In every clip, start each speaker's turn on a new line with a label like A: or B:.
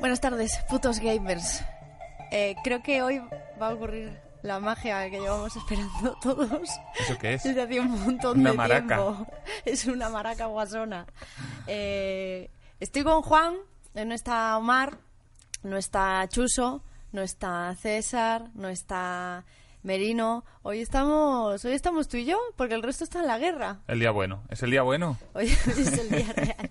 A: Buenas tardes, putos gamers. Eh, creo que hoy va a ocurrir la magia que llevamos esperando todos
B: ¿Eso qué es?
A: desde hace un montón
B: Una
A: de
B: maraca.
A: tiempo. Es una maraca guasona. Eh, estoy con Juan, eh, no está Omar, no está Chuso, no está César, no está Merino. Hoy estamos, hoy estamos tú y yo, porque el resto está en la guerra.
B: El día bueno. ¿Es el día bueno?
A: Hoy es el día real.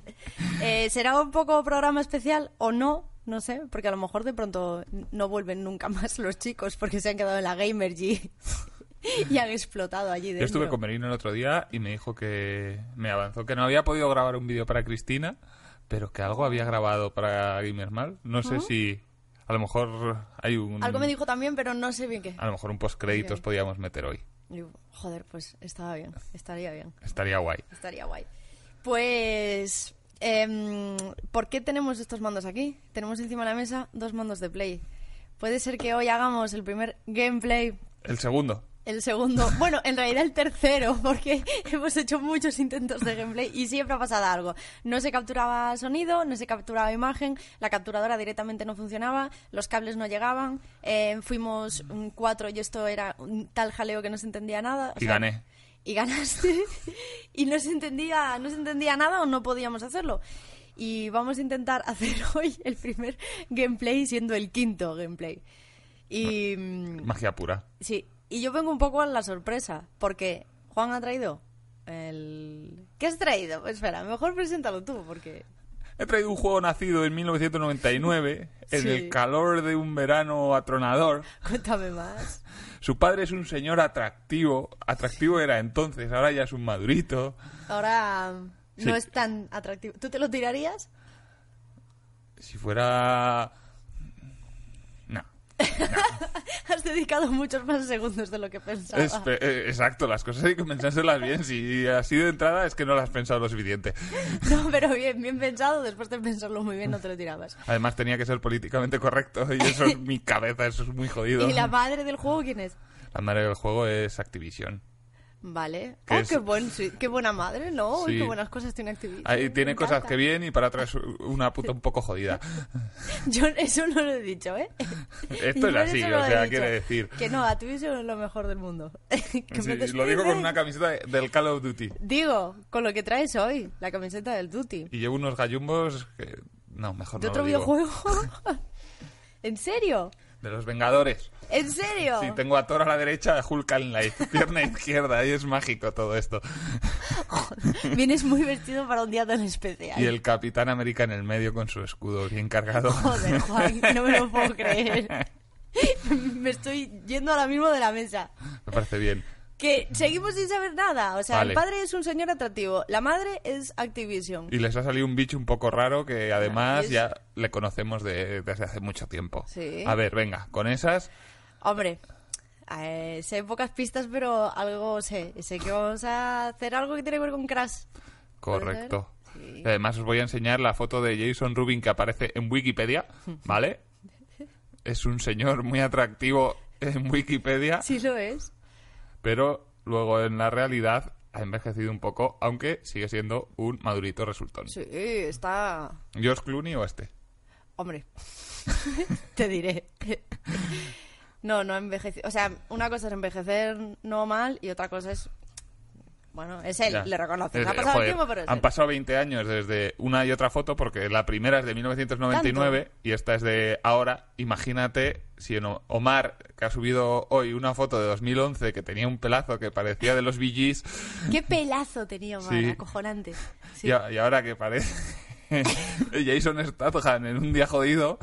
A: Eh, ¿Será un poco programa especial o no? No sé, porque a lo mejor de pronto no vuelven nunca más los chicos porque se han quedado en la Gamer G y han explotado allí dentro.
B: Yo estuve con Merino el otro día y me dijo que me avanzó que no había podido grabar un vídeo para Cristina, pero que algo había grabado para Gamer Mal. No sé si a lo mejor hay un Ah.
A: Algo me dijo también, pero no sé bien qué.
B: a lo mejor un post créditos
A: Sí.
B: podíamos meter hoy.
A: Y, joder, pues estaba bien, estaría bien,
B: Estaría guay.
A: estaría guay. Pues, em, ¿por qué tenemos estos mandos aquí? Tenemos encima de la mesa dos mandos de Play. Puede ser que hoy hagamos el primer gameplay
B: El segundo.
A: El segundo, bueno, en realidad el tercero, porque hemos hecho muchos intentos de gameplay y siempre ha pasado algo. No se capturaba sonido, no se capturaba imagen, la capturadora directamente no funcionaba, los cables no llegaban, eh, fuimos mm, cuatro y esto era un tal jaleo que no se entendía nada. o
B: Y
A: sea,
B: gané.
A: y ganaste y no se entendía no se entendía nada o no podíamos hacerlo y vamos a intentar hacer hoy el primer gameplay siendo el quinto gameplay y mm,
B: Magia pura.
A: Sí, y yo vengo un poco a la sorpresa, porque Juan ha traído el... ¿Qué has traído? Pues espera, mejor preséntalo tú, porque...
B: He traído un juego nacido en 1999, en
A: Sí.
B: el calor de un verano atronador.
A: Cuéntame más.
B: Su padre es un señor atractivo. Atractivo era entonces, ahora ya es un madurito.
A: Ahora
B: Sí.
A: no es tan atractivo. ¿Tú te lo tirarías?
B: Si fuera... No.
A: Has dedicado muchos más segundos de lo que pensaba.
B: Es- eh, exacto, las cosas hay que pensárselas bien. Si así de entrada es que no las has pensado lo suficiente.
A: No, pero bien, bien pensado, después de pensarlo muy bien no te lo tirabas.
B: Además tenía que ser políticamente correcto y eso es mi cabeza, eso es muy jodido.
A: ¿Y la madre del juego quién es?
B: La madre del juego es Activision.
A: Vale.
B: Que
A: Oh,
B: es-
A: qué, buen sui- qué buena madre, ¿no? Uy,
B: Sí.
A: Qué buenas cosas tiene Activision.
B: Ahí tiene
A: Me
B: cosas
A: encanta.
B: que bien y para atrás una puta un poco jodida.
A: Yo eso no lo he dicho, ¿eh?
B: Esto es
A: Yo
B: así,
A: eso no
B: o
A: lo he
B: sea,
A: dicho.
B: quiere decir.
A: Que no, Activision es lo mejor del mundo. Que me
B: Sí, lo
A: despiden.
B: digo con una camiseta de- del Call of Duty.
A: Digo, con lo que traes hoy, la camiseta del Duty.
B: Y llevo unos gallumbos que... Ah, No, mejor
A: ¿De
B: no
A: otro
B: lo digo.
A: videojuego? ¿En serio?
B: De los Vengadores.
A: ¿En serio?
B: Sí, tengo a Thor a la derecha, a Hulk en la pierna izquierda. Y es mágico todo esto.
A: Vienes muy vestido para un día tan especial.
B: Y el Capitán América en el medio con su escudo bien cargado.
A: Joder, Juan, no me lo puedo creer. me estoy yendo ahora mismo de la mesa.
B: Me parece bien.
A: Que seguimos sin saber nada. O sea,
B: Vale.
A: el padre es un señor atractivo, la madre es Activision.
B: Y les ha salido un bicho un poco raro que además
A: es-
B: ya le conocemos de- desde hace mucho tiempo.
A: Sí.
B: A ver, venga, con esas...
A: Hombre, eh, sé pocas pistas, pero algo sé. Sé que vamos a hacer algo que tiene que ver con Crash.
B: Correcto.
A: ¿Puede ser? Sí.
B: Y Además os voy a enseñar la foto de Jason Rubin que aparece en Wikipedia, ¿vale? Es un señor muy atractivo en Wikipedia,
A: Sí lo es.
B: pero luego en la realidad ha envejecido un poco, aunque sigue siendo un madurito resultón.
A: Sí, está...
B: ¿George Clooney o este?
A: Hombre, te diré. No, no envejecer. O sea, una cosa es envejecer no mal y otra cosa es... Bueno, es él,
B: Ya.
A: le reconoces.
B: Es-
A: Ha pasado
B: joder,
A: el tiempo, pero es
B: Han
A: él.
B: pasado 20 años desde una y otra foto, porque la primera es de 1999 y esta es de ahora. Imagínate si en O- Omar, que ha subido hoy una foto de 2011 que tenía un pelazo que parecía de los VGs,
A: Qué pelazo tenía, Omar,
B: Sí.
A: acojonante. Sí.
B: y, a- y ahora que parece Jason Statham en un día jodido,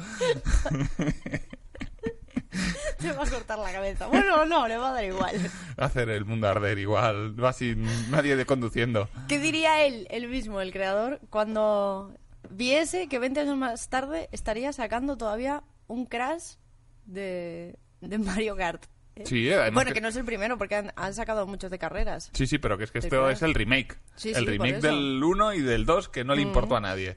A: Te va a cortar la cabeza. Bueno, no, le va a dar igual.
B: va a hacer el mundo arder igual, va sin nadie de conduciendo.
A: ¿Qué diría él, él mismo, el creador, cuando viese que 20 años más tarde estaría sacando todavía un crash de, de Mario Kart? ¿eh?
B: Sí, eh, además
A: bueno,
B: que-
A: que... no es el primero, porque han, han sacado muchos de carreras.
B: Sí, sí, pero que es que
A: ¿De
B: esto
A: cuál?
B: es el remake.
A: Sí,
B: el
A: sí, por
B: remake
A: eso. Mm.
B: del 1 y del 2 que no le importó a nadie.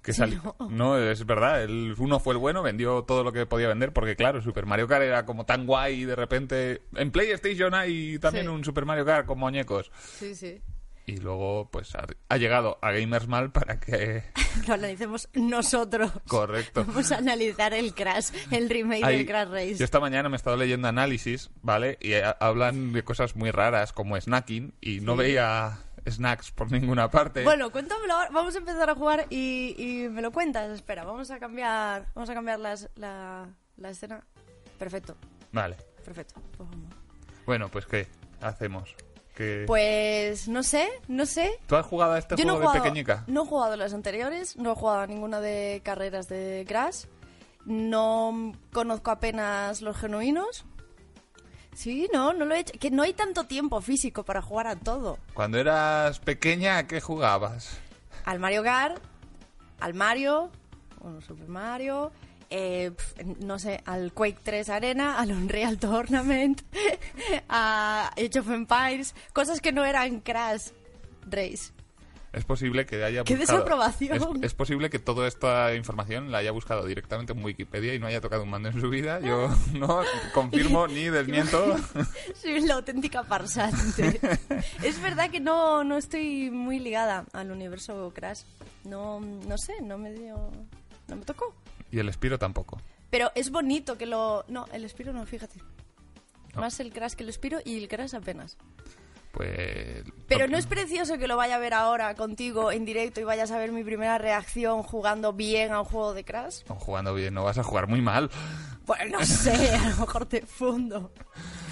B: Que
A: Sí,
B: salió- no. es verdad, el 1 fue el bueno, vendió todo lo que podía vender porque claro, Super Mario Kart era como tan guay y de repente en PlayStation hay también
A: Sí.
B: un Super Mario Kart con muñecos.
A: Sí, sí.
B: y luego pues ha, ha llegado a Gamers Mal para que
A: Lo analicemos nosotros.
B: correcto
A: Vamos a analizar el Crash, el remake
B: Hay-
A: del Crash Race.
B: Yo esta mañana me he estado leyendo análisis, ¿vale? Y eh, hablan de cosas muy raras como snacking y no veía snacks por ninguna parte.
A: Bueno, cuéntamelo ahora. Vamos a empezar a jugar y, y me lo cuentas. Espera, vamos a cambiar, vamos a cambiar las- la, la escena. Perfecto,
B: Vale.
A: perfecto. Pues, vamos.
B: Bueno, pues ¿qué hacemos? ¿Qué-
A: Pues no sé, no sé.
B: ¿Tú has jugado a este
A: Yo no
B: juego
A: he,
B: de
A: jugado,
B: pequeñica?
A: no he jugado a las anteriores, no he jugado a ninguna de carreras de Crash. No conozco apenas los genuinos. Sí, no, no lo he hecho. Que no hay tanto tiempo físico para jugar a todo.
B: Cuando eras pequeña, ¿a qué jugabas?
A: al Mario Kart, al Mario, bueno, Super Mario, eh, pf, no sé, al Quake 3 Arena, al Unreal Tournament, a Age of Empires, cosas que no eran Crash Race.
B: Es posible que haya
A: ¡Qué
B: buscado-
A: desaprobación!
B: Es, es posible que toda esta información la haya buscado directamente en Wikipedia y no haya tocado un mando en su vida. Yo
A: Ah.
B: no confirmo ni desmiento.
A: Soy la auténtica farsante. es verdad que no, no estoy muy ligada al universo Crash. No, no sé, no me dio... No me tocó.
B: y el Espiro tampoco.
A: Pero es bonito que lo... No, el Espiro no, fíjate.
B: No.
A: Más el Crash que el Espiro y el Crash apenas.
B: Pues...
A: Pero no es precioso que lo vaya a ver ahora contigo en directo y vayas a ver mi primera reacción jugando bien a un juego de Crash.
B: No, Jugando bien, no vas a jugar muy mal.
A: Bueno, no sé, a lo mejor te fundo.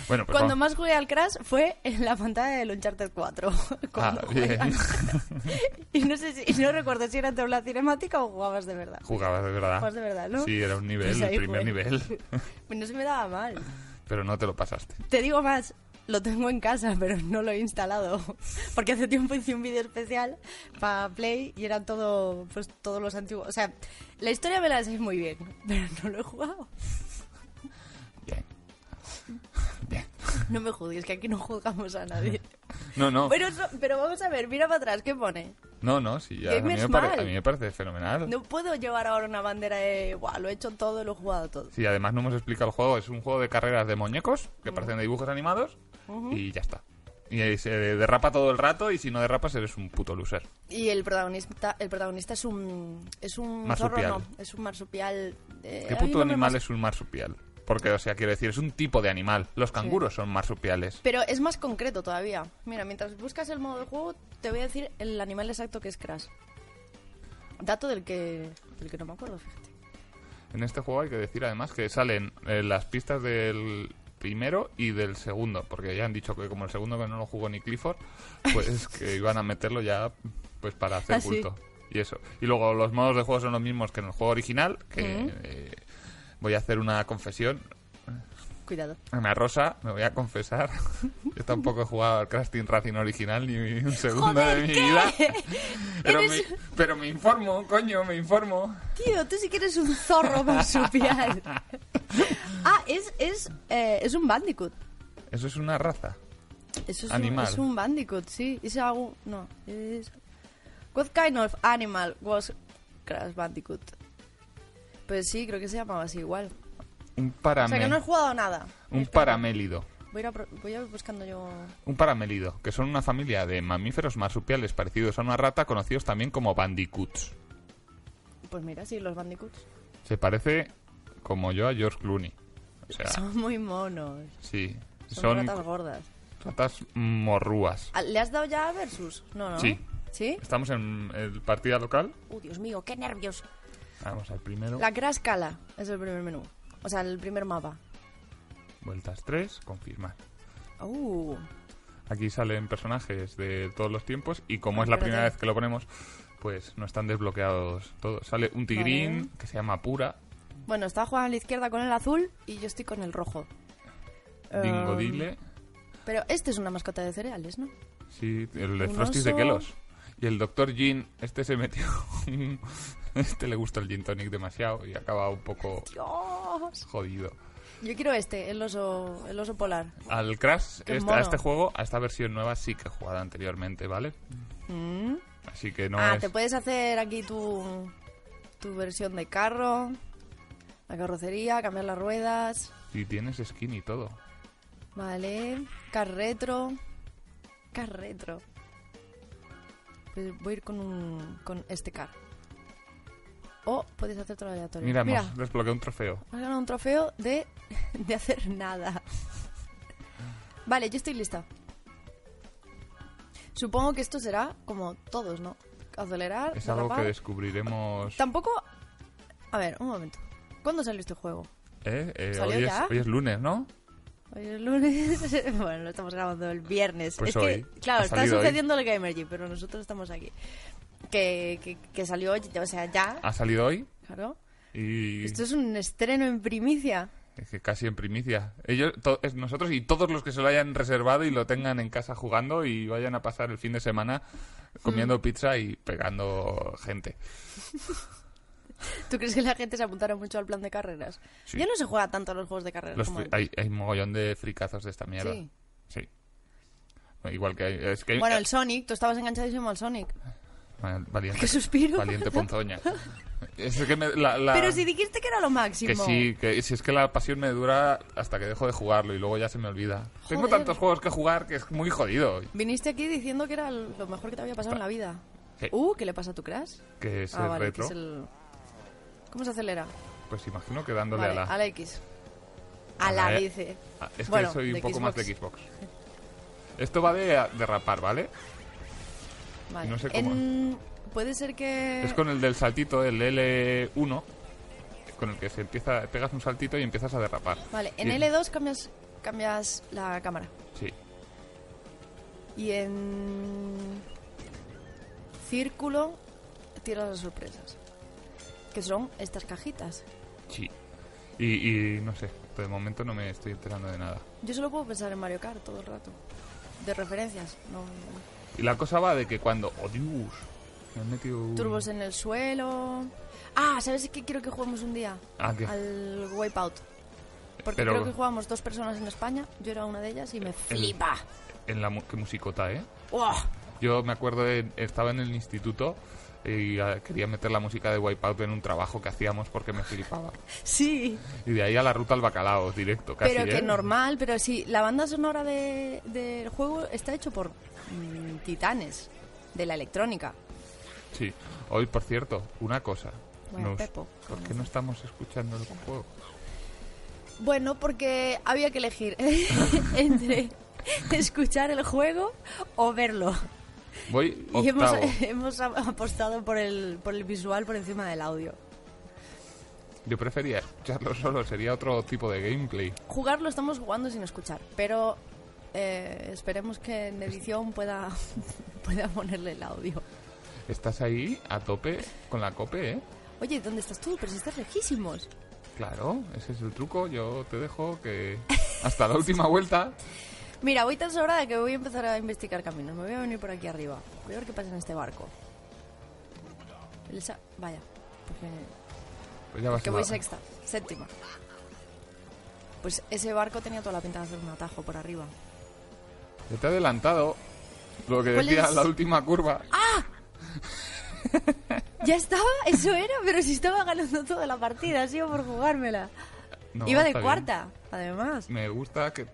B: Bueno, pues
A: Cuando
B: vamos.
A: más jugué al Crash fue en la pantalla del Uncharted 4. cuando
B: Ah, bien.
A: juegas. y no sé si, no recuerdo si era en la cinemática o jugabas de verdad.
B: Jugabas de verdad.
A: Jugabas de verdad, ¿no?
B: Sí, era un nivel,
A: Pues ahí
B: el primer
A: fue.
B: nivel.
A: Pues no se me daba mal.
B: Pero no te lo pasaste.
A: Te digo más, lo tengo en casa, pero no lo he instalado. Porque hace tiempo hice un vídeo especial para Play y eran todo, pues, todos los antiguos. O sea, la historia me la sé muy bien, pero no lo he jugado.
B: Bien. Bien.
A: No me juzgues, que aquí no juzgamos a nadie.
B: No, no.
A: Pero, eso- pero vamos a ver, mira para atrás, ¿qué pone?
B: No, no, sí, ya. A mí,
A: Gamers
B: me pare-
A: mal.
B: a mí me parece fenomenal.
A: No puedo llevar ahora una bandera de, guau, lo he hecho todo, lo he jugado todo.
B: Sí, además no hemos explicado el juego. Es un juego de carreras de muñecos que parecen de dibujos animados y ya está. Y eh, se derrapa todo el rato y si no derrapas eres un puto loser.
A: Y el protagonista, el protagonista es un, es un
B: Marsupial.
A: zorro, no, es un marsupial. eh, hay
B: ¿Qué
A: un
B: puto
A: nombre
B: animal
A: más-
B: es un marsupial? Porque, o sea, quiero decir, es un tipo de animal. Los canguros son marsupiales.
A: Pero es más concreto todavía. Mira, mientras buscas el modo de juego, te voy a decir el animal exacto que es Crash. Dato del que, del que no me acuerdo, fíjate.
B: En este juego hay que decir además que salen eh, las pistas del primero y del segundo, porque ya han dicho que como el segundo que no lo jugó ni Clifford, pues que iban a meterlo ya pues para hacer
A: Ah, sí.
B: culto. Y eso. Y luego los modos de juego son los mismos que en el juego original, que
A: Mm.
B: eh, voy a hacer una confesión.
A: Cuidado.
B: Ana Rosa, me voy a confesar. Yo tampoco he jugado al Crash Team Racing original ni un segundo
A: Joder,
B: de mi
A: ¿qué?
B: vida. Pero,
A: Eres-
B: me, pero me informo, coño, me informo.
A: Tío, tú sí que eres un zorro marsupial. ah, es, es, eh, es un bandicoot.
B: Eso es una raza.
A: Eso es,
B: Animal.
A: Un, es un bandicoot, sí. Es algo... No, es... What kind of animal was Crash Bandicoot? Pues sí, creo que se llamaba así igual.
B: Un
A: O sea que
B: paramé-
A: no he jugado a nada.
B: Un
A: Espera,
B: paramélido.
A: Voy a, ir a pro- voy a ir buscando yo...
B: Un paramélido, que son una familia de mamíferos marsupiales parecidos a una rata, conocidos también como bandicoots.
A: Pues mira, sí, los bandicoots.
B: Se parece, como yo, a George Clooney. O sea,
A: Son muy monos.
B: sí.
A: Son,
B: Son
A: ratas gordas.
B: ratas morrúas.
A: Ah, ¿Le has dado ya a Versus? No, ¿no?
B: Sí.
A: ¿Sí?
B: Estamos en el partida local.
A: Uh, Dios mío, qué nervios.
B: Vamos al primero.
A: La Crash Cala es el primer menú. O sea, el primer mapa.
B: Vueltas 3, confirmar.
A: Uh,
B: Aquí salen personajes de todos los tiempos y como es la
A: Espérate.
B: primera vez que lo ponemos, pues no están desbloqueados todos. Sale un tigrín
A: Vale.
B: que se llama Pura,
A: Bueno, está Juan a la izquierda con el azul y yo estoy con el rojo.
B: Dingo
A: Um,
B: Dile.
A: Pero este es una mascota de cereales, ¿no?
B: Sí, el de
A: Un
B: Frosty de
A: oso.
B: Kelos. Y el doctor Jean, este se metió. un- este le gusta el gin tonic demasiado y acaba un poco
A: Dios.
B: jodido.
A: Yo quiero este, el oso, el oso polar.
B: Al Crash,
A: Qué
B: este-
A: mono.
B: a este juego, a esta versión nueva sí que he jugado anteriormente, ¿vale?
A: Mm.
B: Así que no
A: ah,
B: es.
A: te puedes hacer aquí tu, tu versión de carro, la carrocería, cambiar las ruedas,
B: Y tienes skin y todo.
A: vale, carretro, carretro. pues voy a ir con, un, con este car. O puedes hacer todo aleatorio.
B: Mira,
A: Mira,
B: hemos desbloqueado un trofeo.
A: has ganado un trofeo de, de hacer nada. Vale, yo estoy lista. Supongo que esto será como todos, ¿no? Acelerar,
B: Es algo que
A: derrapar.
B: descubriremos.
A: Tampoco... A ver, un momento. ¿Cuándo salió este juego?
B: ¿Eh? Eh,
A: ¿Salió
B: hoy, es,
A: ya?
B: hoy es lunes, ¿no?
A: Hoy es lunes. bueno, lo estamos grabando el viernes.
B: Pues
A: es
B: hoy.
A: que, claro,
B: Ha
A: está
B: salido hoy.
A: sucediendo el Gamergy, pero nosotros estamos aquí. Que, que, que salió, hoy, o sea, ya,
B: Ha salido hoy
A: claro.
B: y
A: Esto es un estreno en primicia.
B: es que casi en primicia. Ellos, to- es nosotros y todos los que se lo hayan reservado y lo tengan en casa jugando y vayan a pasar el fin de semana
A: Mm.
B: comiendo pizza y pegando gente.
A: ¿Tú crees que la gente se apuntará mucho al plan de carreras?
B: Sí.
A: Ya no se juega tanto a los juegos de carreras
B: Los
A: como
B: fri-
A: antes.
B: hay, hay mogollón de fricazos de esta mierda.
A: Sí.
B: Sí. Igual que hay. Es que hay- eh,
A: Bueno, el Sonic, tú estabas enganchadísimo al Sonic.
B: Vale, Valiente.
A: Qué suspiro.
B: Valiente Ponzoña. Es que me- la- la-
A: Pero si dijiste que era lo máximo.
B: que sí, que si es que la pasión me dura hasta que dejo de jugarlo y luego ya se me olvida. Tengo
A: Joder.
B: tantos juegos que jugar que es muy jodido.
A: Viniste aquí diciendo que era lo mejor que te había pasado en la vida.
B: Sí.
A: Uh, ¿qué le pasa a tu crash?
B: Que es
A: ah,
B: el
A: vale,
B: retro.
A: que es el... ¿Cómo se acelera?
B: Pues imagino que dándole
A: Vale,
B: a la.
A: a la X. A la,
B: eh.
A: dice.
B: Ah, Es que
A: Bueno,
B: soy un
A: de
B: poco más de
A: Xbox. Eh.
B: Xbox. Esto va de a- derrapar, ¿vale?
A: Vale.
B: No sé cómo
A: En- Puede ser que...
B: Es con el del saltito, el L1, con el que se empieza, pegas un saltito y empiezas a derrapar.
A: Vale, en
B: Y-
A: L2 cambias, cambias la cámara.
B: Sí.
A: Y en círculo tiras las sorpresas. Que son estas cajitas.
B: Sí. Y, y no sé, de momento no me estoy enterando de nada.
A: Yo solo puedo pensar en Mario Kart todo el rato. De referencias. No, no.
B: Y la cosa va de que cuando. ¡Oh, Dios! Me han metido. un-
A: Turbos en el suelo. Ah, ¿sabes qué quiero que juguemos un día?
B: Ah, ¿qué?
A: Al Wipeout. Porque
B: Pero-
A: creo que jugamos dos personas en España. Yo era una de ellas y me flipa.
B: En la mu- qué musicota, ¿eh?
A: ¡Uah!
B: Yo me acuerdo, de- estaba en el instituto y ah, quería meter la música de Wipeout en un trabajo que hacíamos porque me flipaba.
A: Sí,
B: Y de ahí a la ruta al bacalao, directo, casi.
A: pero que
B: ¿eh?
A: normal. Pero sí, la banda sonora de- del juego está hecho por mm, titanes de la electrónica.
B: Sí. Hoy, por cierto, una cosa.
A: Bueno,
B: Nos-
A: Pepo,
B: ¿Por
A: ¿cómo
B: qué no estamos escuchando el juego?
A: Bueno, porque había que elegir entre escuchar el juego o verlo.
B: Voy
A: Y hemos, eh.
B: octavo.
A: hemos a- apostado por el, por el visual por encima del audio.
B: Yo prefería escucharlo solo, sería otro tipo de gameplay.
A: Jugar lo estamos jugando sin escuchar, pero eh, esperemos que en edición pueda, pueda ponerle el audio.
B: Estás ahí a tope con la cope, ¿eh?
A: Oye, ¿dónde estás tú? Pero si estás lejísimos.
B: Claro, ese es el truco. Yo te dejo que hasta la última vuelta.
A: Mira, voy tan sobrada que voy a empezar a investigar caminos. Me voy a venir por aquí arriba. Voy a ver qué pasa en este barco. El sa- Vaya, porque
B: Pues ya vas
A: Que
B: a
A: voy
B: la-
A: sexta, séptima. Pues ese barco tenía toda la pinta de hacer un atajo por arriba.
B: Ya te he adelantado lo que
A: ¿Cuál
B: decía
A: es? Ah,
B: la última curva.
A: Ya estaba, eso era, pero si estaba ganando toda la partida, ha sido por jugármela.
B: No,
A: Iba de
B: está bien.
A: cuarta, además.
B: Me gusta que.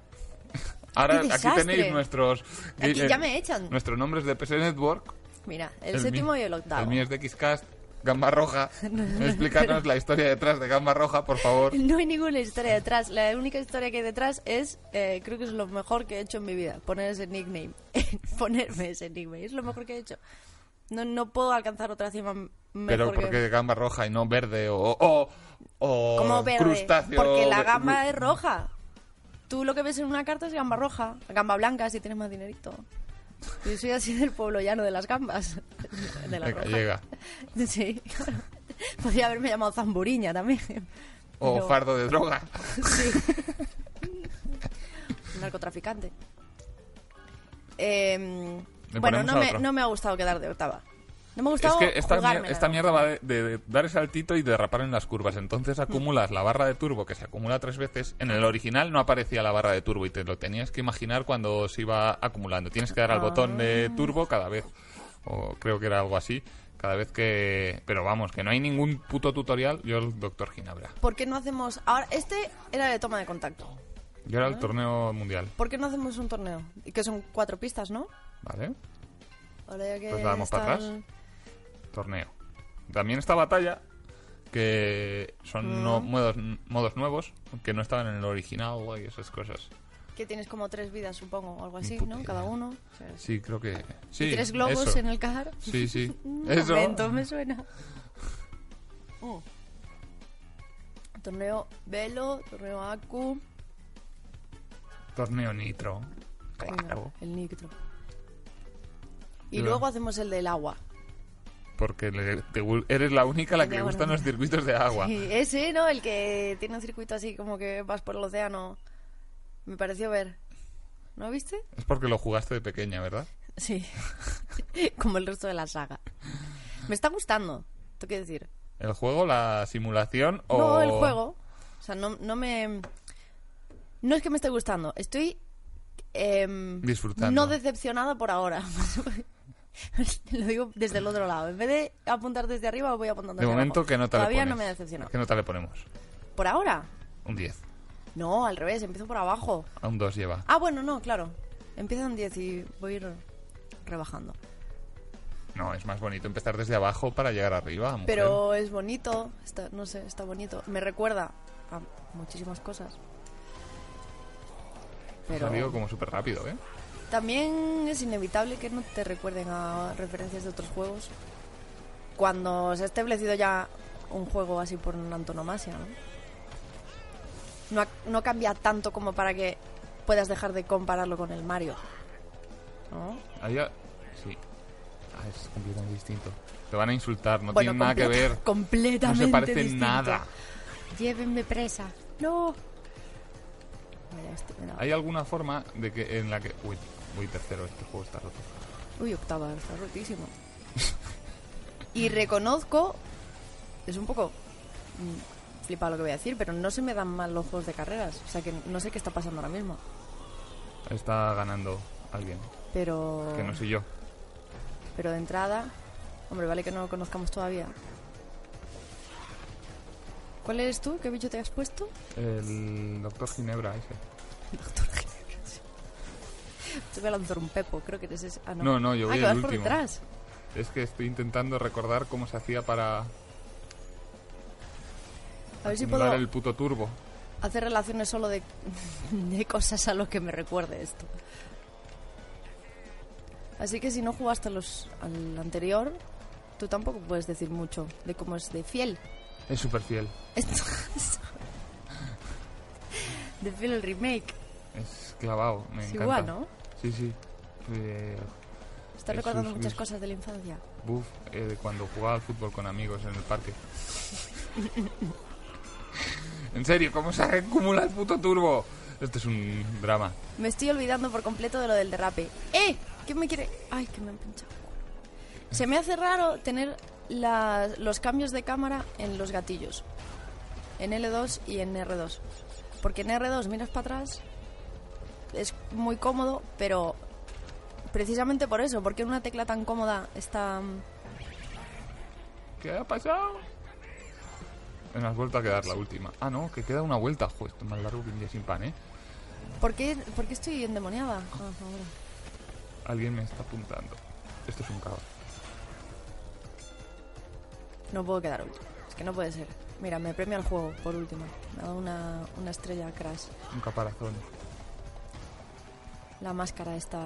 B: Ahora
A: ¡Qué
B: aquí
A: desastre!
B: tenéis nuestros.
A: Aquí
B: eh,
A: ya me echan.
B: Nuestros nombres de PS Network.
A: Mira, el, séptimo
B: mí-
A: y el octavo.
B: El mío es de Xcast. Gamba Roja. Explícanos la historia detrás de Gamba Roja, por favor.
A: No hay ninguna historia detrás. La única historia que hay detrás es, eh, creo que es lo mejor que he hecho en mi vida, poner ese nickname. Ponerme ese nickname, es lo mejor que he hecho. No, no puedo alcanzar otra cima m- mejor
B: Pero
A: que-
B: porque gamba roja y no verde o, o, o
A: como verde,
B: crustáceo.
A: porque la
B: ve-
A: gamba es roja. Tú lo que ves en una carta es gamba roja, gamba blanca si tienes más dinerito. Yo soy así del pueblo llano de las gambas, de la
B: Venga,
A: roja.
B: llega.
A: Sí, claro. Podría haberme llamado zamburiña también.
B: O
A: Pero-
B: fardo de droga.
A: narcotraficante. Eh,
B: Le
A: bueno,
B: ponemos
A: no
B: a
A: me,
B: otro.
A: no me ha gustado quedar de octava. No me ha
B: Es
A: gustado
B: que esta, mier-
A: jugármela,
B: esta
A: ¿no?
B: mierda va de, de- de dar el saltito y derrapar en las curvas. Entonces acumulas la barra de turbo que se acumula tres veces. En el original no aparecía la barra de turbo y te lo tenías que imaginar cuando se iba acumulando. Tienes que dar al botón de turbo cada vez. O creo que era algo así. Cada vez que... Pero vamos, que no hay ningún puto tutorial. Yo el Doctor Ginebra.
A: ¿Por qué no hacemos...? Ahora, este era de toma de contacto.
B: Yo era el torneo mundial.
A: ¿Por qué no hacemos un torneo? Que son cuatro pistas, ¿no?
B: ¿Vale?
A: Eh, Ahora ya que
B: Pues la damos
A: está
B: para atrás.
A: el-
B: torneo. También está batalla, que son no- modos, modos nuevos, que no estaban en el original y esas cosas.
A: Que tienes como tres vidas, supongo, o algo así,
B: puta
A: ¿no?
B: idea.
A: Cada uno. O sea,
B: Sí, creo que... Sí,
A: y tres globos
B: eso.
A: en el car.
B: Sí, sí.
A: Un
B: eso.
A: momento, me suena. Mm. Torneo Velo, torneo Aku.
B: Torneo Nitro.
A: Venga,
B: Claro.
A: el Nictro. Y
B: Yo-
A: luego hacemos el del agua.
B: Porque le- te gu- eres la única a la que le
A: Diagonal.
B: gustan los circuitos de agua.
A: Sí, ese, ¿no? El que tiene un circuito así como que vas por el océano. Me pareció ver. ¿No viste?
B: Es porque lo jugaste de pequeña, ¿verdad?
A: Sí. como el resto de la saga. Me está gustando, tengo que decir.
B: ¿El juego, la simulación o...?
A: No, el juego. O sea, no, no me... No es que me esté gustando. Estoy... em,
B: Disfrutando.
A: No decepcionada por ahora. Lo digo desde el otro lado. En vez de apuntar desde arriba, voy apuntando
B: De
A: hacia
B: momento,
A: abajo.
B: que no te
A: Todavía
B: le pones?
A: no me ha decepcionado.
B: ¿Qué nota le ponemos?
A: ¿Por ahora?
B: Un 10.
A: No, al revés. Empiezo por abajo.
B: A un 2 lleva.
A: Ah, bueno, no, claro. Empieza en 10 y voy a ir rebajando.
B: No, es más bonito empezar desde abajo para llegar arriba. mujer.
A: Pero es bonito, está, no sé, está bonito. Me recuerda a muchísimas cosas. Pero
B: Lo digo como súper rápido, ¿eh?
A: también es inevitable que no te recuerden a referencias de otros juegos cuando se ha establecido ya un juego así por una antonomasia, ¿no? No, ha- no cambia tanto como para que puedas dejar de compararlo con el Mario. ¿No?
B: Había... Sí. Ah, es completamente distinto. Te van a insultar, no
A: Bueno,
B: tiene nada que
A: completa-
B: ver. No
A: Completamente
B: se parece en
A: distinto.
B: nada.
A: Llévenme presa. No. Vaya, este- mira.
B: ¿Hay alguna forma de que en la que... Uy, uy, tercero, este juego está roto.
A: Uy, octava, está rotísimo. y reconozco, es un poco mm, flipado lo que voy a decir, pero no se me dan mal los juegos de carreras. O sea que no sé qué está pasando ahora mismo.
B: Está ganando alguien,
A: Pero,
B: que no soy yo.
A: pero de entrada, hombre, vale que no lo conozcamos todavía. ¿Cuál eres tú? ¿Qué bicho te has puesto?
B: El doctor Ginebra ese.
A: Doctor Ginebra. sí. Te voy a lanzar un pepo, creo que eres ese. Ah, no.
B: No, no, yo
A: Ah,
B: voy
A: que
B: el
A: vas por
B: último.
A: detrás.
B: Es que estoy intentando recordar cómo se hacía para
A: A ver si
B: acumular
A: puedo
B: el puto turbo.
A: hacer relaciones solo de, de cosas a lo que me recuerde esto. Así que si no jugaste a los, al anterior, tú tampoco puedes decir mucho de cómo es de fiel.
B: Es súper fiel.
A: Esto es- de fiel el remake.
B: Es clavado, me
A: Es
B: encanta.
A: igual, ¿no?
B: Sí, sí. Eh,
A: Estás
B: Es
A: recordando
B: sus-
A: muchas
B: mis-
A: cosas de la infancia.
B: buf, eh, de cuando jugaba al fútbol con amigos en el parque. en serio, ¿cómo se acumula el puto turbo? Esto es un drama.
A: Me estoy olvidando por completo de lo del derrape. ¡Eh! ¿Quién me quiere? ¡Ay, que me han pinchado! Se me hace raro tener la- los cambios de cámara en los gatillos. En L2 y en R2. Porque en R2 miras para atrás, es muy cómodo, pero precisamente por eso, porque una tecla tan cómoda está... mm,
B: ¿Qué ha pasado? Me has vuelto a quedar la última. Ah, no, que queda una vuelta. Joder, esto es más largo que un día sin pan, ¿eh?
A: ¿Por qué, por qué estoy endemoniada? Ah, ahora.
B: Alguien me está apuntando. Esto es un caos.
A: No puedo quedar última. Es que no puede ser. Mira, me premia el juego, por último. Me ha dado una, una estrella Crash.
B: Un caparazón.
A: La máscara esta.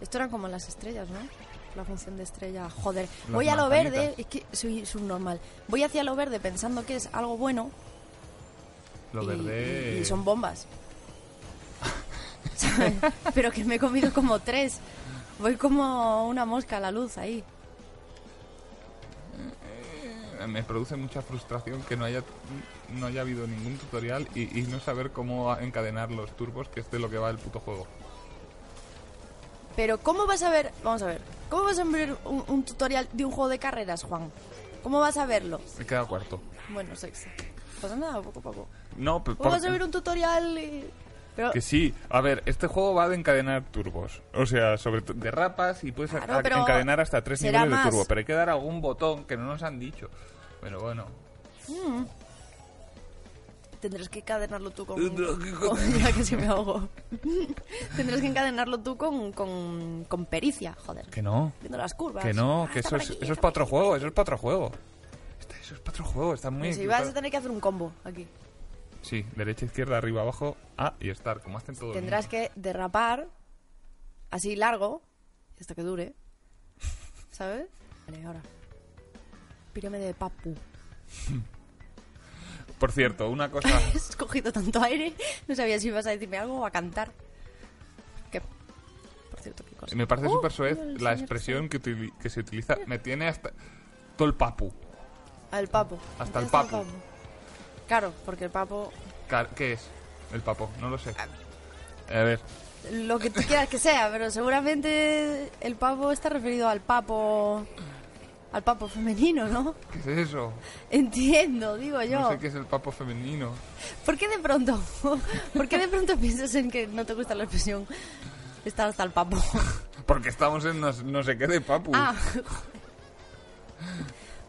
A: Esto eran como las estrellas, ¿no? La función de estrella. Joder,
B: Las
A: voy a lo
B: manzanitas.
A: verde. Es que soy subnormal. Voy hacia lo verde pensando que es algo bueno.
B: Lo
A: y,
B: verde.
A: y- y son bombas. ¿Sabes? Pero que me he comido como tres. Voy como una mosca a la luz ahí.
B: Eh, Me produce mucha frustración que no haya no haya habido ningún tutorial y, y no saber cómo encadenar los turbos, que es de lo que va el puto juego.
A: Pero ¿cómo vas a ver? Vamos a ver. ¿Cómo vas a ver un, un tutorial de un juego de carreras, Juan? ¿Cómo vas a verlo?
B: Me he quedado cuarto.
A: Bueno, sexta. Pues nada, poco a poco.
B: No, pero
A: ¿Cómo vas a ver un tutorial? y- Pero
B: que sí. A ver, este juego va de encadenar turbos. O sea, sobre to- derrapas y puedes a-
A: Claro,
B: a-
A: pero
B: encadenar hasta tres
A: será
B: niveles de
A: más.
B: turbo. Pero hay que dar algún botón que no nos han dicho. Pero bueno,
A: Tendrás que encadenarlo tú con... con- ya que se me ahogó. Tendrás que encadenarlo tú con, con, con pericia, joder.
B: Que no.
A: Viendo las curvas.
B: Que no,
A: Ah,
B: que
A: está
B: eso
A: por
B: es,
A: aquí,
B: eso es
A: está
B: para
A: por
B: otro juego, eso es para otro juego. Está- Eso es para otro juego, está muy...
A: aquí. Si vas a
B: equivocado.
A: tener que hacer un combo aquí.
B: Sí, derecha, izquierda, arriba, abajo, A y estar, como hacen todos.
A: Tendrás que derrapar así largo hasta que dure. ¿Sabes? Vale, ahora. Pirámide de papu.
B: Por cierto, una cosa...
A: Has cogido tanto aire, no sabía si ibas a decirme algo o a cantar. Que, por cierto, qué cosa.
B: Me parece
A: Oh,
B: súper suez
A: mira el
B: la
A: señor
B: expresión que, utili- que se utiliza. Me tiene hasta... Todo el papu.
A: Al papo.
B: Hasta el papo.
A: Claro, porque el papo,
B: Car- ¿Qué es? El papo, no lo sé. A ver,
A: lo que tú quieras que sea, pero seguramente el papo está referido al papo, al papo femenino, ¿no?
B: ¿qué es eso?
A: Entiendo, digo yo.
B: No sé qué es el papo femenino.
A: ¿Por qué de pronto, por qué de pronto piensas en que no te gusta la expresión estar hasta el papo?
B: Porque estamos en no, no sé qué de papu.
A: Ah,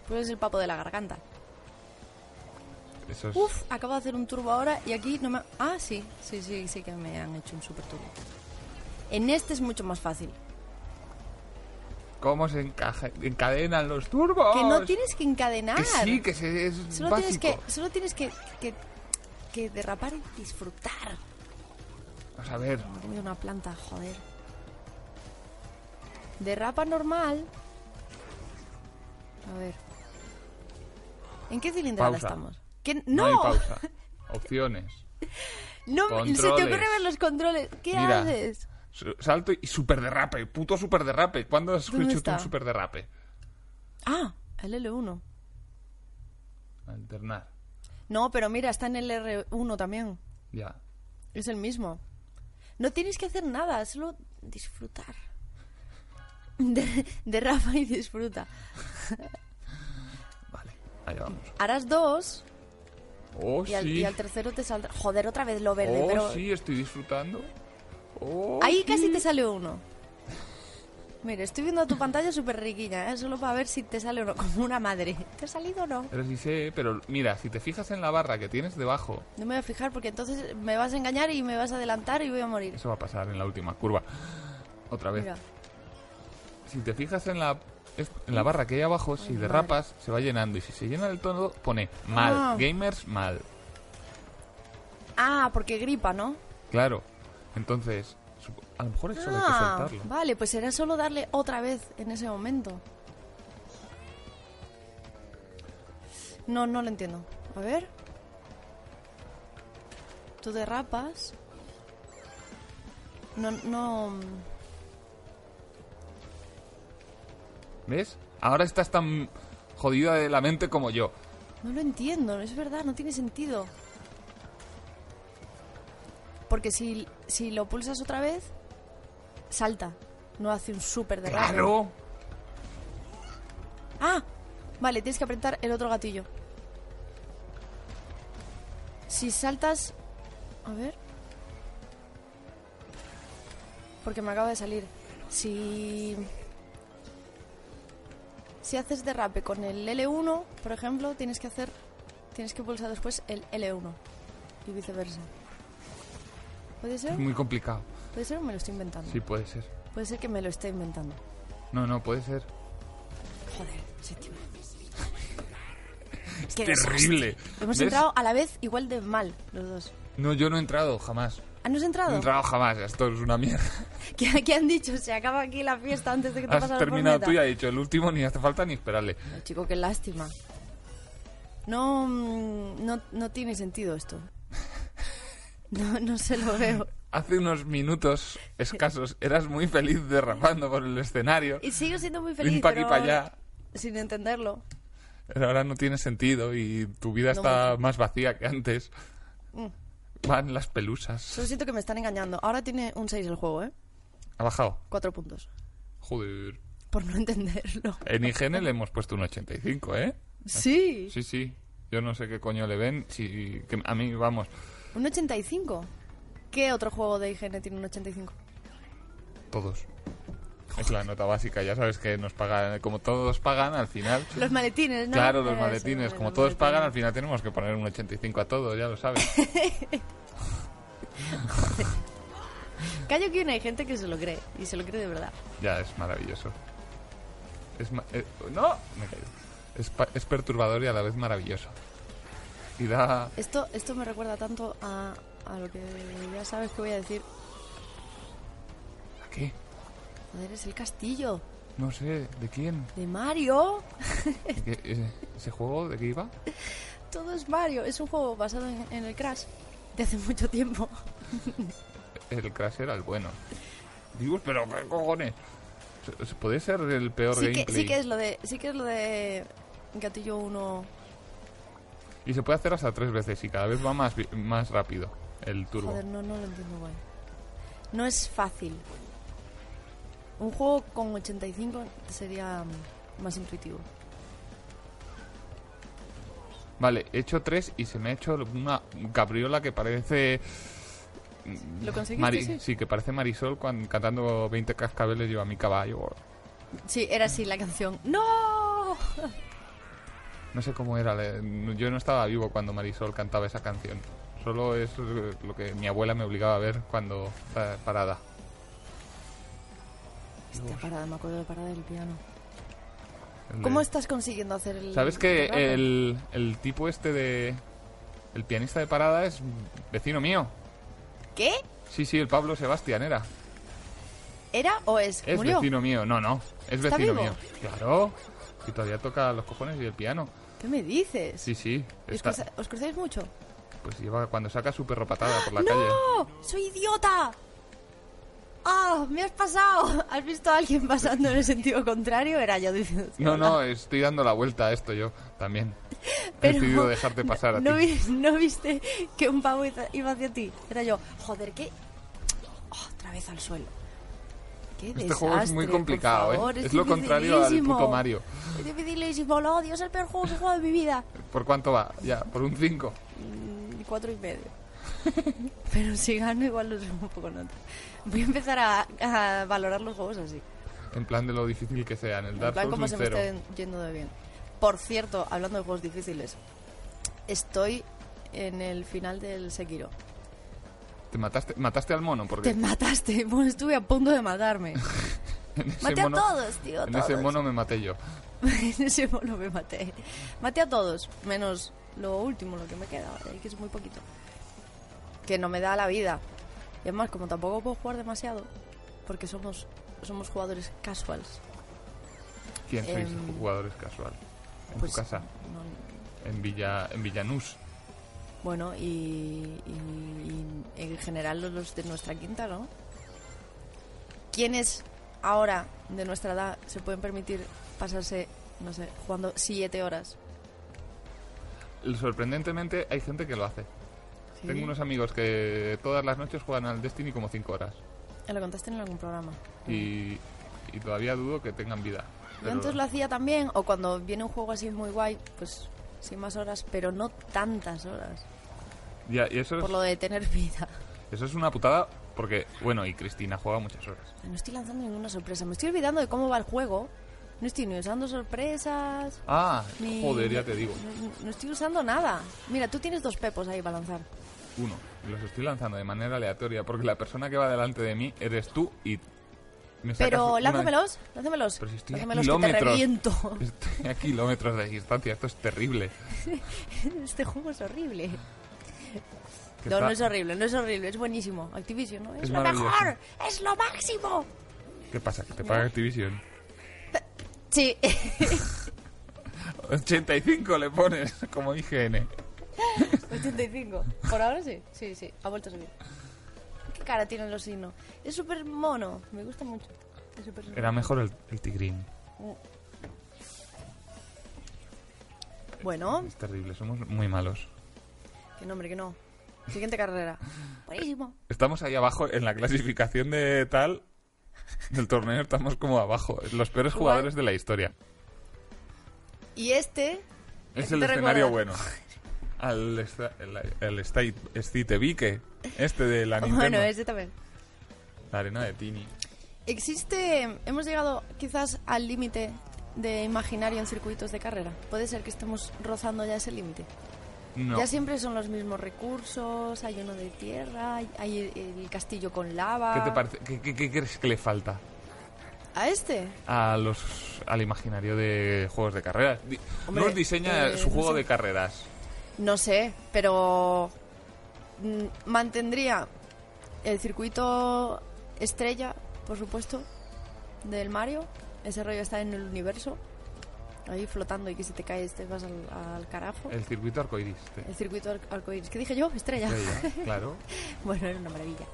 A: pues es el papo de la garganta.
B: Eso es...
A: Uf, acabo de hacer un turbo ahora y aquí no me... Ah, sí, sí, sí, sí que me han hecho un super turbo. En este es mucho más fácil.
B: ¿Cómo se encaja- encadenan los turbos?
A: Que no tienes que encadenar.
B: Oh, Que sí, que se- es
A: solo tienes
B: básico.
A: que, solo tienes que, que, que derrapar y disfrutar.
B: Vamos a ver.
A: Me he comido una planta, joder. Derrapa normal. A ver. ¿En qué cilindrada
B: Pausa.
A: estamos? ¿Qué-
B: No, hay
A: ¡No!
B: pausa. Opciones.
A: No me- se te
B: Controles.
A: ocurre ver los controles. ¿Qué
B: Mira.
A: haces?
B: Su- Salto y super derrape. Puto super derrape. ¿Cuándo has
A: ¿Dónde
B: escuchado tú
A: está?
B: un super derrape?
A: Ah, el L1.
B: Alternar.
A: No, pero mira, está en el R1 también.
B: Ya.
A: Es el mismo. No tienes que hacer nada, solo disfrutar. De- derrapa y disfruta.
B: Vale. Allá vamos.
A: Harás dos
B: Oh,
A: y al,
B: sí.
A: y al tercero te saldrá. Joder, otra vez lo verde,
B: oh,
A: pero.
B: sí, estoy disfrutando. Oh,
A: Ahí
B: sí.
A: casi te sale uno. Mira, estoy viendo tu pantalla súper riquiña, ¿eh? solo para ver si te sale uno, como una madre. ¿Te ha salido o no?
B: Pero sí sé, pero mira, si te fijas en la barra que tienes debajo,
A: No me voy a fijar porque entonces me vas a engañar y me vas a adelantar y voy a morir.
B: eso va a pasar en la última curva. Otra vez.
A: Mira,
B: Si te fijas en la, es- en la barra que hay abajo, si derrapas, se va llenando. Y si se llena del todo, pone mal.
A: Ah.
B: Gamers, mal.
A: Ah, porque gripa, ¿no?
B: Claro. Entonces, sup- a lo mejor eso hay que
A: Ah,
B: soltarlo.
A: vale, pues será solo darle otra vez en ese momento. No, no lo entiendo. A ver. Tú derrapas. No, no.
B: ¿Ves? Ahora estás tan jodida de la mente como yo.
A: No lo entiendo, es verdad, no tiene sentido. Porque si, si lo pulsas otra vez, salta. No hace un súper derrape.
B: ¡Claro!
A: Ah, vale, tienes que apretar el otro gatillo. Si saltas... A ver. Porque me acaba de salir. Si... Si haces derrape con el L1, por ejemplo, tienes que hacer... Tienes que pulsar después el L1. Y viceversa. ¿Puede ser?
B: Es muy complicado.
A: ¿Puede ser o me lo estoy inventando?
B: Sí, puede ser.
A: Puede ser que me lo esté inventando.
B: No, no, puede ser.
A: Joder, séptima.
B: Es
A: Qué
B: terrible.
A: Hemos
B: ¿Ves?
A: entrado a la vez igual de mal, los dos.
B: No, yo no he entrado jamás.
A: ¿Ah, no has entrado?
B: No he entrado jamás. Esto es una mierda.
A: ¿Qué, qué han dicho? Se acaba aquí la fiesta antes de que te
B: Has
A: pasara
B: terminado
A: por
B: tú y has dicho el último, ni hace falta ni esperarle.
A: Chico, qué lástima. No, mm, no, no tiene sentido esto. No, no se lo veo.
B: Hace unos minutos escasos eras muy feliz derrapando por el escenario.
A: Y sigo siendo muy feliz,
B: Ven pa' aquí,
A: pero
B: pa' allá.
A: sin entenderlo.
B: Pero ahora no tiene sentido y tu vida
A: No,
B: está
A: mucho. Mm.
B: más vacía que antes. Van las pelusas.
A: Solo siento que me están engañando. Ahora tiene un 6 el juego, ¿eh?
B: Ha bajado.
A: Cuatro puntos.
B: Joder.
A: Por no entenderlo.
B: En IGN le hemos puesto un 85, ¿eh?
A: Sí.
B: Sí, sí. Yo no sé qué coño le ven. Si, que a mí, vamos.
A: Un 85. ¿Qué otro juego de IGN tiene un 85?
B: Todos. Es la nota básica, ya sabes que nos pagan, como todos pagan, al final.
A: Los maletines, ¿no?
B: Claro,
A: Era
B: los
A: eso,
B: maletines,
A: los
B: como todos
A: maletines.
B: pagan, al final tenemos que poner un 85 a todos, ya lo sabes.
A: Callo que hay gente que se lo cree, y se lo cree de verdad.
B: Ya, es maravilloso. Es ma- eh, ¡No! Me he caído. Es, pa- es perturbador y a la vez maravilloso. Y da...
A: Esto, esto me recuerda tanto a, a lo que ya sabes que voy a decir.
B: ¿A qué?
A: Joder, es el castillo
B: No sé, ¿de quién?
A: de Mario.
B: ¿De qué- ese, ese juego de qué iba?
A: Todo es Mario. Es un juego basado en, en el Crash de hace mucho tiempo.
B: El Crash era el bueno. Dios, pero qué cojones. Se- se- Puede ser el peor
A: Sí que,
B: gameplay.
A: sí que es lo de, sí que es lo de Gatillo 1.
B: Y se puede hacer hasta tres veces y cada vez va más, vi- más rápido el turbo.
A: Joder, no, no lo entiendo guay. No es fácil. Un juego con 85 sería mm, más intuitivo.
B: Vale, he hecho tres y se me ha hecho una gabriola que parece...
A: ¿Lo conseguiste?
B: Mari-
A: sí?
B: sí, que parece Marisol cuando, cantando 20 cascabeles lleva mi caballo.
A: Sí, era así la canción. ¡No!
B: No sé cómo era. le- Yo no estaba vivo cuando Marisol cantaba esa canción. Solo es eh, lo que mi abuela me obligaba a ver cuando estaba parada.
A: Hostia, parada, me acuerdo de parada del piano.
B: El de-
A: ¿Cómo estás consiguiendo hacer el.?
B: ¿Sabes que
A: el rato?
B: el, el tipo este de... El pianista de parada es vecino mío.
A: ¿Qué?
B: Sí, sí, el Pablo Sebastián era.
A: ¿Era o es?
B: Es
A: ¿Murió?
B: vecino mío. No, no. Es
A: ¿Está
B: vecino
A: vivo?
B: mío. Claro. Y todavía toca los cojones y el piano.
A: ¿Qué me dices?
B: Sí, sí.
A: ¿Y ¿Os,
B: está-
A: cruza- os cruzáis mucho?
B: Pues lleva cuando saca su perro patada por la calle.
A: ¡No! ¡Soy idiota! ¡Ah! ¡Me has pasado! ¿Has visto a alguien pasando en el sentido contrario? Era yo diciendo.
B: No, no, estoy dando la vuelta a esto yo también. He
A: Pero
B: decidido dejarte pasar a
A: ¿No,
B: ti.
A: vi- no viste que un pavo iza- iba hacia ti? Era yo. Joder, ¿qué? Oh, otra vez al suelo. Qué
B: Este juego es
A: desastre,
B: muy
A: por
B: complicado,
A: favor,
B: ¿eh?
A: es
B: Es lo contrario al
A: dificilísimo.
B: puto Mario.
A: Es dificilísimo, lo odio, es el peor juego que he jugado en mi vida.
B: ¿Por cuánto va? Ya, por un 5.
A: Mm, cuatro y medio. Pero si gano, igual lo subo un poco en otra. Voy a empezar a, a valorar los juegos así.
B: En plan de lo difícil que sean. El
A: En
B: Dark
A: plan,
B: Souls
A: como
B: un
A: se me
B: 0.
A: estén yendo de bien. Por cierto, hablando de juegos difíciles, estoy en el final del Sekiro.
B: ¿Te mataste, mataste al mono? Porque
A: Te mataste, bueno, estuve a punto de matarme.
B: en ese
A: Maté a
B: mono-
A: todos, tío,
B: En ese
A: todos.
B: mono me maté yo.
A: en ese mono me maté. Maté a todos, menos lo último, lo que me queda, eh, que es muy poquito. Que no me da la vida. Y además, como tampoco puedo jugar demasiado, porque somos, somos jugadores casuals.
B: ¿Quién sois
A: Em,
B: jugadores casual? En
A: pues,
B: tu casa,
A: no-
B: en Villa, en Villanús.
A: bueno, y, y- y en general los de nuestra quinta, ¿no? ¿Quiénes ahora de nuestra edad se pueden permitir pasarse, no sé, jugando siete horas?
B: Sorprendentemente hay gente que lo hace.
A: Sí.
B: Tengo unos amigos que todas las noches juegan al Destiny como 5 horas.
A: Lo contaste en algún programa.
B: Y, y todavía dudo que tengan vida.
A: Yo
B: Pero-
A: antes lo hacía también, o cuando viene un juego así muy guay, pues sí más horas, pero no tantas horas,
B: Ya, y eso es,
A: por lo de tener vida.
B: eso es una putada porque, bueno, y Cristina juega muchas horas.
A: No estoy lanzando ninguna sorpresa, me estoy olvidando de cómo va el juego. No estoy ni usando sorpresas,
B: Ah,
A: ni...
B: joder, ya te digo.
A: No, no estoy usando nada. Mira, tú tienes dos pepos ahí para lanzar.
B: Uno, los estoy lanzando de manera aleatoria porque la persona que va delante de mí eres tú y... me sacas
A: Pero
B: una-
A: lánzamelos, lánzamelos.
B: Pero si estoy a
A: lánzamelos que te
B: kilómetros.
A: reviento.
B: Estoy a kilómetros de distancia, esto es terrible.
A: Este juego es horrible.
B: Que
A: No,
B: está-
A: no es horrible, no es horrible, es buenísimo. Activision, ¿no? Es,
B: Es
A: lo
B: maravilloso.
A: mejor, es lo máximo.
B: ¿Qué pasa? ¿Que te paga Activision?
A: Sí.
B: 85 le pones, como IGN.
A: 85. Por ahora sí. Sí, sí. Ha vuelto a subir. ¿Qué cara tienen los signos? Es súper mono. Me gusta mucho. Es súper
B: Era mejor el, el tigrín.
A: Bueno,
B: Es terrible, somos muy malos.
A: que nombre, que no. Siguiente carrera. Buenísimo.
B: Estamos ahí abajo en la clasificación de tal del torneo, estamos como abajo, los peores
A: Igual.
B: jugadores de la historia.
A: Y este.
B: Es
A: ¿Te
B: el
A: recuerdas?
B: escenario bueno. Al esta- el, el State State Vique, este de la Nintendo,
A: Bueno, este también.
B: la arena de Tini.
A: existe, hemos llegado quizás al límite de imaginario en circuitos de carrera. Puede ser que estemos rozando ya ese límite.
B: No.
A: Ya siempre son los mismos recursos, hay uno de tierra, hay- hay el, el castillo con lava.
B: ¿Qué, te parece, qué, qué- qué crees que le falta
A: ¿A este?
B: a los, al imaginario de juegos de carreras? Di-
A: Hombre,
B: Nos diseña
A: eh,
B: su
A: no
B: juego
A: sé.
B: de carreras.
A: No sé, pero mm, mantendría el circuito estrella, por supuesto, del Mario. Ese rollo está en el universo, ahí flotando y que si te caes te vas al, al carajo. El,
B: El circuito arcoiris. te-
A: circuito al- arcoíris. ¿Qué dije yo? Estrella.
B: Estrella, claro.
A: Bueno, era una maravilla.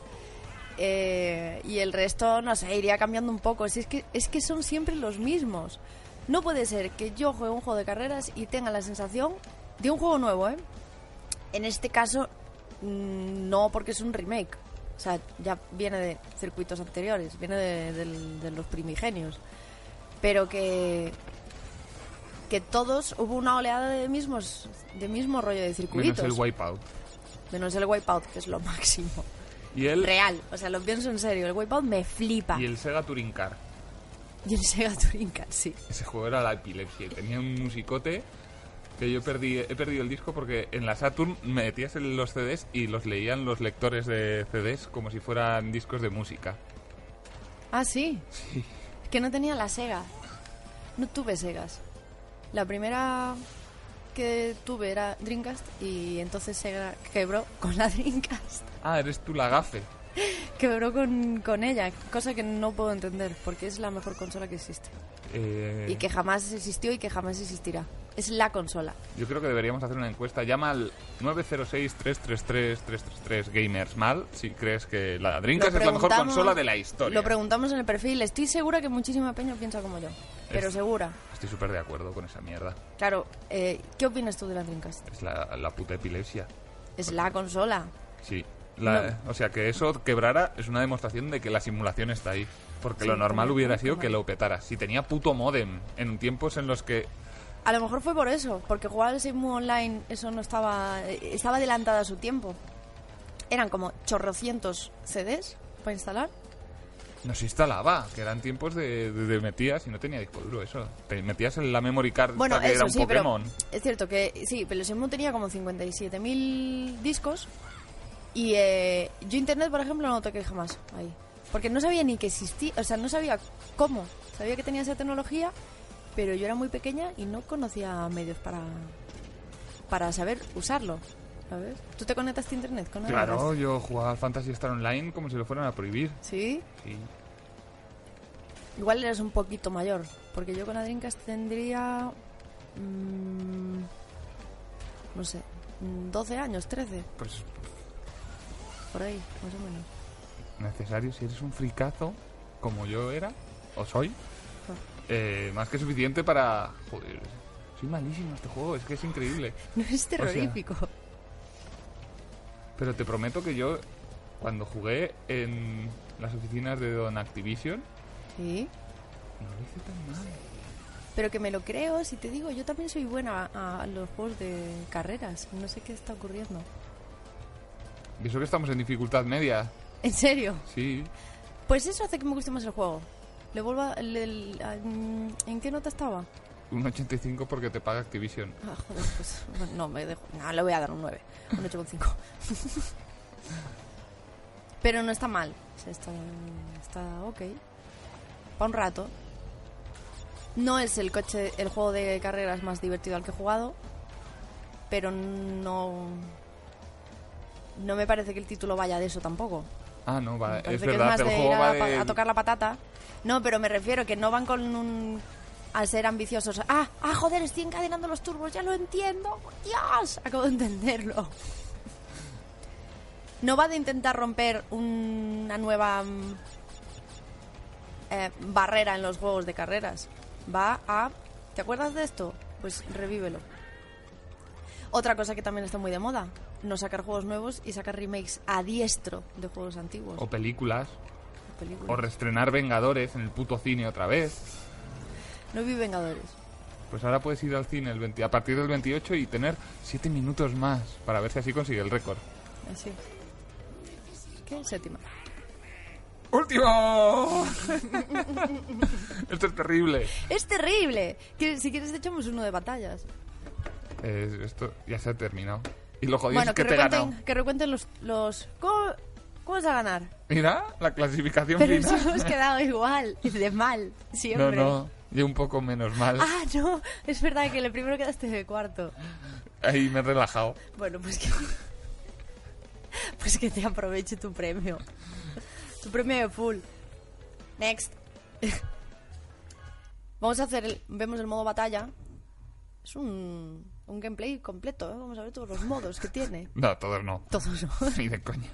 A: Eh, y el resto, no sé, iría cambiando un poco. Si es que, es que son siempre los mismos. No puede ser que yo juegue un juego de carreras y tenga la sensación de un juego nuevo, ¿eh? En este caso, mm, no, porque es un remake. O sea, ya viene de circuitos anteriores, viene de, del- de los primigenios. Pero que que todos hubo una oleada de mismos de mismo rollo de
B: Menos
A: circuitos
B: el wipeout.
A: menos el wipeout que es lo máximo
B: Y el,
A: Real, o sea, lo pienso en serio. El Wipeout me flipa.
B: y el Sega Touring Car.
A: Y el Sega Touring Car, sí.
B: Ese juego era la epilepsia. y Tenía un musicote que yo perdí, he perdido el disco porque en la Saturn metías en los CDs y los leían los lectores de CDs como si fueran discos de música.
A: Ah, sí. Es que no tenía la Sega. No tuve Segas. La primera que tuve era Dreamcast y entonces Sega quebró con la Dreamcast.
B: Ah, eres tú la gafe.
A: Quebró con, con ella, cosa que no puedo entender porque es la mejor consola que existe.
B: Eh,
A: Y que jamás existió y que jamás existirá. Es la consola.
B: Yo creo que deberíamos hacer una encuesta. Llama al 906-333-333 Gamers Mal si crees que la Dreamcast
A: Lo
B: es la mejor
A: preguntamos-
B: consola de la historia.
A: Lo preguntamos en el perfil. Estoy segura que muchísima peña piensa como yo. Pero
B: Es-
A: segura.
B: Estoy súper de acuerdo con esa mierda.
A: Claro, eh, ¿qué opinas tú de la Dreamcast?
B: Es la, la puta epilepsia.
A: Es la consola.
B: Sí. La- O sea, que eso quebrara es una demostración de que la simulación está ahí. Porque
A: Sí,
B: lo normal
A: tenía
B: hubiera
A: puto
B: sido que
A: modem.
B: lo petara. Si tenía puto modem en tiempos en los que...
A: A lo mejor fue por eso, porque jugar al Simu Online, eso no estaba. eh, Estaba adelantada a su tiempo. Eran como chorrocientos CDs para instalar.
B: No se instalaba, que eran tiempos de, de- de metías y no tenía disco duro eso. Te metías en la memory card
A: Bueno,
B: esta que
A: eso
B: era un
A: sí,
B: Pokémon.
A: pero. Es cierto que sí, pero el Simu tenía como 57.000 discos. Y eh, yo Internet, por ejemplo, no toqué jamás ahí. Porque no sabía ni que existía, o sea, no sabía cómo. Sabía que tenía esa tecnología, pero yo era muy pequeña y no conocía medios para, para saber usarlo. ¿Sabes? ¿Tú te conectaste a Internet con algo?
B: Claro, yo jugaba al Fantasy Star Online como si lo fueran a prohibir.
A: Sí.
B: Sí.
A: Igual eres un poquito mayor, porque yo con la Dreamcast tendría. mm, no sé, mm, 12 años, 13,
B: Pues
A: por ahí, más o menos.
B: necesario si eres un fricazo como yo era o soy
A: Ah.
B: eh, más que suficiente para joder soy malísimo en este juego es que es increíble
A: No es terrorífico.
B: pero te prometo que yo cuando jugué en las oficinas de Don Activision
A: Sí.
B: no lo hice tan mal
A: Pero que me lo creo, si te digo, yo también soy buena a, a los juegos de carreras. No sé qué está ocurriendo.
B: y eso que estamos en dificultad media
A: ¿En serio?
B: sí
A: Pues eso hace que me guste más el juego. Le vuelvo a- le- el- a- mm, ¿En qué nota estaba?
B: un 85 porque te paga Activision
A: Ah, joder, pues bueno, no, me dejo. No, le voy a dar un 9, un 8,5. Pero no está mal. O sea, está, está ok. Para un rato. No es el coche, el juego de carreras más divertido al que he jugado. Pero no. No me parece que el título vaya de eso tampoco.
B: ah no va
A: Me parece
B: es
A: que
B: verdad
A: es más
B: el
A: de
B: juego
A: ir
B: va
A: a, la pa-
B: de
A: a tocar la patata. No, pero me refiero que no van con un... Al ser ambiciosos. Ah, ah, joder, estoy encadenando los turbos, ya lo entiendo. Dios, acabo de entenderlo. No va de intentar romper un- una nueva mm, eh, barrera en los juegos de carreras. Va a... ¿Te acuerdas de esto? Pues revívelo. Otra cosa que también está muy de moda, no sacar juegos nuevos y sacar remakes a diestro de juegos antiguos.
B: o películas
A: películas.
B: o reestrenar Vengadores en el puto cine otra vez
A: No vi Vengadores.
B: Pues ahora puedes ir al cine el 20 a partir del 28 y tener 7 minutos más para ver si así consigue el récord.
A: Así. ¿Qué? Séptima.
B: ¡Último! Esto es terrible.
A: Es terrible. Que- Si quieres, te echamos uno de batallas.
B: Eh, esto ya se ha terminado. Y lo jodido
A: bueno,
B: es que,
A: que,
B: te he ganado.
A: recuenten, que recuenten los... los... ¿Cómo, ¿Cómo vas a ganar?
B: Mira, la clasificación
A: Pero nos
B: final.
A: hemos quedado igual, de mal,
B: No,
A: siempre.
B: no, yo un poco menos mal.
A: Ah, no, es verdad que el primero quedaste de cuarto.
B: Ahí me he relajado.
A: Bueno, pues que... Pues que te aproveche tu premio. Tu premio de full. Next. Vamos a hacer el... Vemos el modo batalla. Es un, un gameplay completo, ¿eh? Vamos a ver todos los modos que tiene.
B: No, todos no.
A: Todos no.
B: Ni de coña.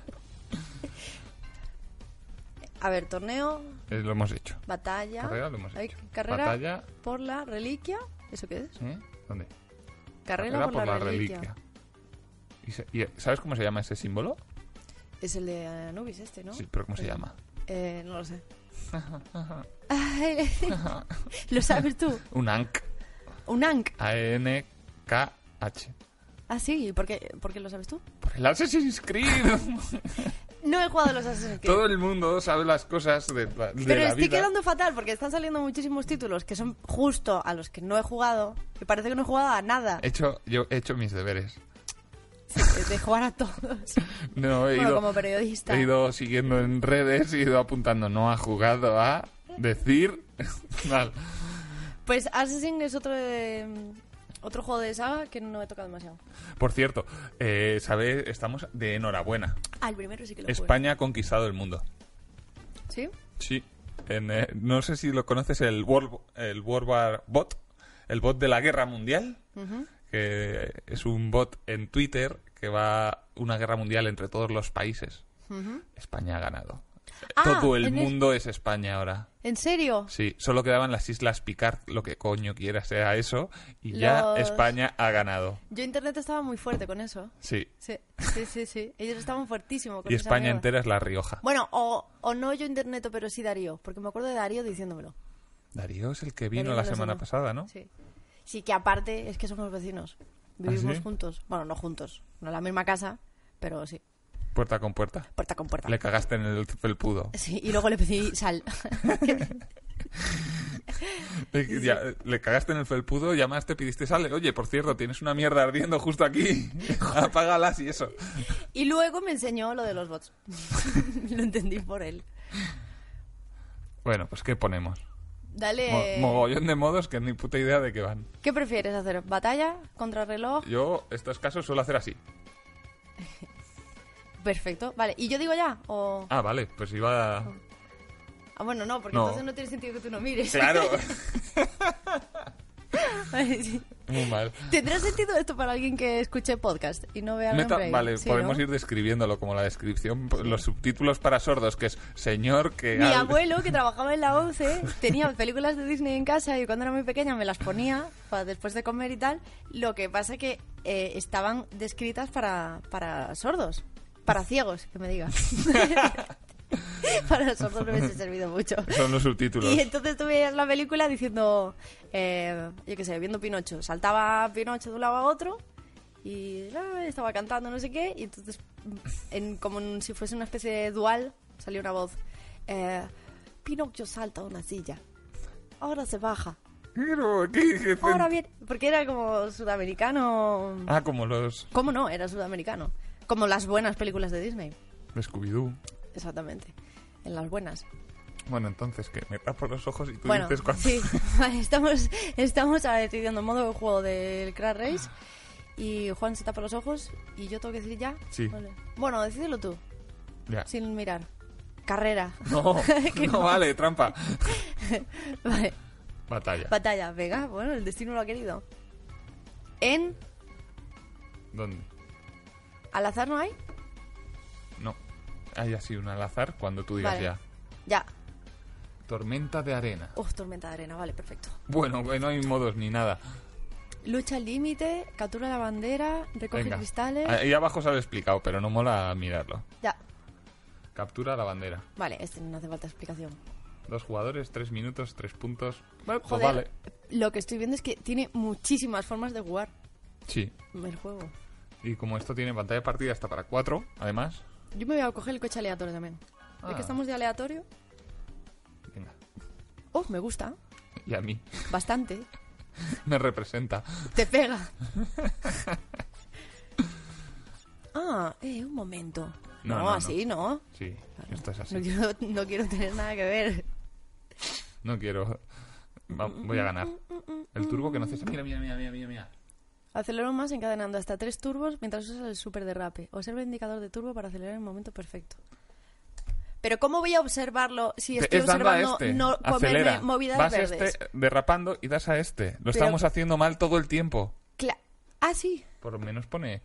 A: A ver, torneo,
B: Eh, lo hemos hecho.
A: batalla...
B: Carrera lo hemos
A: Ay,
B: hecho.
A: Carrera
B: Batalla.
A: por la reliquia... ¿Eso qué es?
B: ¿Eh? ¿Dónde?
A: Carrera,
B: Carrera
A: por, la, reliquia.
B: ¿Y se- y- ¿Sabes cómo se llama ese símbolo?
A: Es el de Anubis este, ¿no?
B: Sí, pero ¿cómo se llama?
A: Eh, no lo sé. Ay, ¿Lo sabes tú?
B: Un Ankh.
A: Un Ankh.
B: A-N-K-H.
A: Ah, sí, ¿por qué, por qué lo sabes tú?
B: Por el Assassin's Creed.
A: No he jugado a los Assassin's Creed.
B: Todo el mundo sabe las cosas de, la- de
A: pero
B: la
A: estoy
B: vida.
A: quedando fatal porque están saliendo muchísimos títulos que son justo a los que no he jugado. Y parece que no he jugado a nada
B: He hecho, yo he hecho mis deberes.
A: de jugar a todos.
B: No, he
A: Bueno,
B: ido,
A: como periodista.
B: he ido siguiendo en redes, he ido apuntando. No ha jugado a decir. Mal.
A: Pues Assassin es otro de- otro juego de saga que no he tocado demasiado.
B: Por cierto, eh, ¿sabéis? Estamos de enhorabuena.
A: Ah, el primero sí que lo jugué.
B: España ha conquistado el mundo.
A: ¿Sí?
B: Sí. En, eh, no sé si lo conoces, el World, el World War Bot, el bot de la guerra mundial, que es un bot en Twitter que va una guerra mundial entre todos los países. España ha ganado.
A: Ah,
B: Todo el
A: en es-
B: mundo es España ahora.
A: ¿En serio?
B: Sí, solo quedaban las Islas Picard, lo que coño quiera sea eso, y ya
A: Los-
B: España ha ganado.
A: Yo internet estaba muy fuerte con eso.
B: Sí.
A: Sí, sí, sí. sí. Ellos estaban fuertísimos con
B: Y
A: esa
B: España
A: mierda.
B: entera es La Rioja.
A: Bueno, o, o no yo internet, pero sí Darío, porque me acuerdo de Darío diciéndomelo.
B: Darío es el que
A: Darío
B: vino
A: me
B: la
A: lo
B: semana
A: enseñó.
B: pasada, ¿no?
A: Sí. Sí, que aparte es que somos vecinos. Vivimos
B: ¿Ah, sí?
A: juntos. Bueno, no juntos, no en la misma casa, pero sí,
B: Puerta con puerta.
A: puerta con puerta.
B: Le cagaste en el felpudo.
A: Sí, y luego le pedí sal.
B: Eh, ya, eh, le cagaste en el felpudo, llamaste, pidiste sale. Oye, por cierto, tienes una mierda ardiendo justo aquí. Apágalas y eso.
A: y luego me enseñó lo de los bots. lo entendí por él.
B: Bueno, pues ¿qué ponemos?
A: Dale. eh,
B: Mo- mogollón de modos que ni puta idea de qué van.
A: ¿Qué prefieres hacer? ¿Batalla? ¿Contrarreloj?
B: Yo, estos casos, suelo hacer así.
A: Perfecto. Vale, ¿y yo digo ya? O...
B: Ah, vale, pues iba...
A: Oh.
B: a-
A: Ah, bueno, no, porque
B: No.
A: entonces no tiene sentido que tú no mires.
B: Claro,
A: Vale, sí.
B: muy mal.
A: ¿Tendrá sentido esto para alguien que escuche podcast y no vea el
B: Meta-
A: gameplay?
B: vale,
A: Sí,
B: podemos
A: ¿no?
B: ir describiéndolo como la descripción, p- los subtítulos para sordos, que es señor que...
A: Mi
B: al-
A: abuelo, que trabajaba en la ONCE, tenía películas de Disney en casa y cuando era muy pequeña me las ponía para después de comer y tal. Lo que pasa que eh, estaban descritas para, para sordos, para ciegos, que me digas. para sordos no me hubiese servido mucho.
B: Son los subtítulos.
A: Y entonces tú veías la película diciendo, eh, yo qué sé, viendo Pinocho. Saltaba Pinocho de un lado a otro y ah, estaba cantando no sé qué. Y entonces, en, como en- si fuese una especie de dual, salió una voz. eh, Pinocho salta a una silla. Ahora se baja.
B: Pero, ¿qué- qué-
A: Ahora bien. Porque era como sudamericano.
B: Ah, como los
A: ¿Cómo no? Era sudamericano. Como las buenas películas de Disney.
B: Scooby-Doo.
A: Exactamente. En las buenas.
B: Bueno, entonces, que me tapo los ojos y tú
A: Bueno,
B: dices cuánto-
A: sí, vale, estamos, estamos ahora decidiendo el modo de juego del Crash Race y Juan se tapa los ojos y yo tengo que decir ya.
B: Sí.
A: Vale. Bueno, decídelo tú,
B: Ya.
A: sin mirar. Carrera.
B: No,
A: Que
B: no,
A: no.
B: vale, trampa.
A: Vale,
B: Batalla.
A: batalla, venga, bueno, el destino lo ha querido. En,
B: ¿Dónde?
A: al azar no hay,
B: No. Hay así un al azar cuando tú digas
A: Vale.
B: ya.
A: ya.
B: Tormenta de arena.
A: Uf, tormenta de arena, vale, perfecto.
B: Bueno, güey, no hay modos ni nada.
A: Lucha al límite, captura la bandera, recoge
B: Venga.
A: cristales,
B: Ahí abajo se lo he explicado, pero no mola mirarlo.
A: ya.
B: Captura la bandera.
A: Vale, este no hace falta explicación.
B: Dos jugadores, tres minutos, tres puntos.
A: Bueno,
B: Pues
A: joder,
B: vale.
A: lo que estoy viendo es que tiene muchísimas formas de jugar
B: Sí.
A: el juego.
B: Y como esto tiene pantalla de partida hasta para cuatro, además.
A: Yo me voy a coger el coche aleatorio también. ¿De
B: Ah.
A: que estamos de aleatorio?
B: Venga.
A: Oh, me gusta.
B: Y a mí.
A: Bastante.
B: Me representa.
A: Te pega. ah, eh, un momento.
B: No,
A: No,
B: no, no.
A: así no.
B: Sí, esto es
A: No
B: así.
A: quiero, no quiero tener nada que ver.
B: No quiero. Va- voy a ganar. El turbo que no cesa. Mira, mira, mira, mira, mira, mira.
A: Acelero más encadenando hasta tres turbos mientras usas el super derrape. Observa el indicador de turbo para acelerar en el momento perfecto. Pero ¿cómo voy a observarlo si estoy
B: es dando a
A: observando
B: este.
A: no comerme
B: Acelera.
A: movidas
B: Vas a
A: verdes?
B: este derrapando y das a este. Lo estamos haciendo mal todo el tiempo.
A: Cla- ah, sí.
B: Por lo menos pone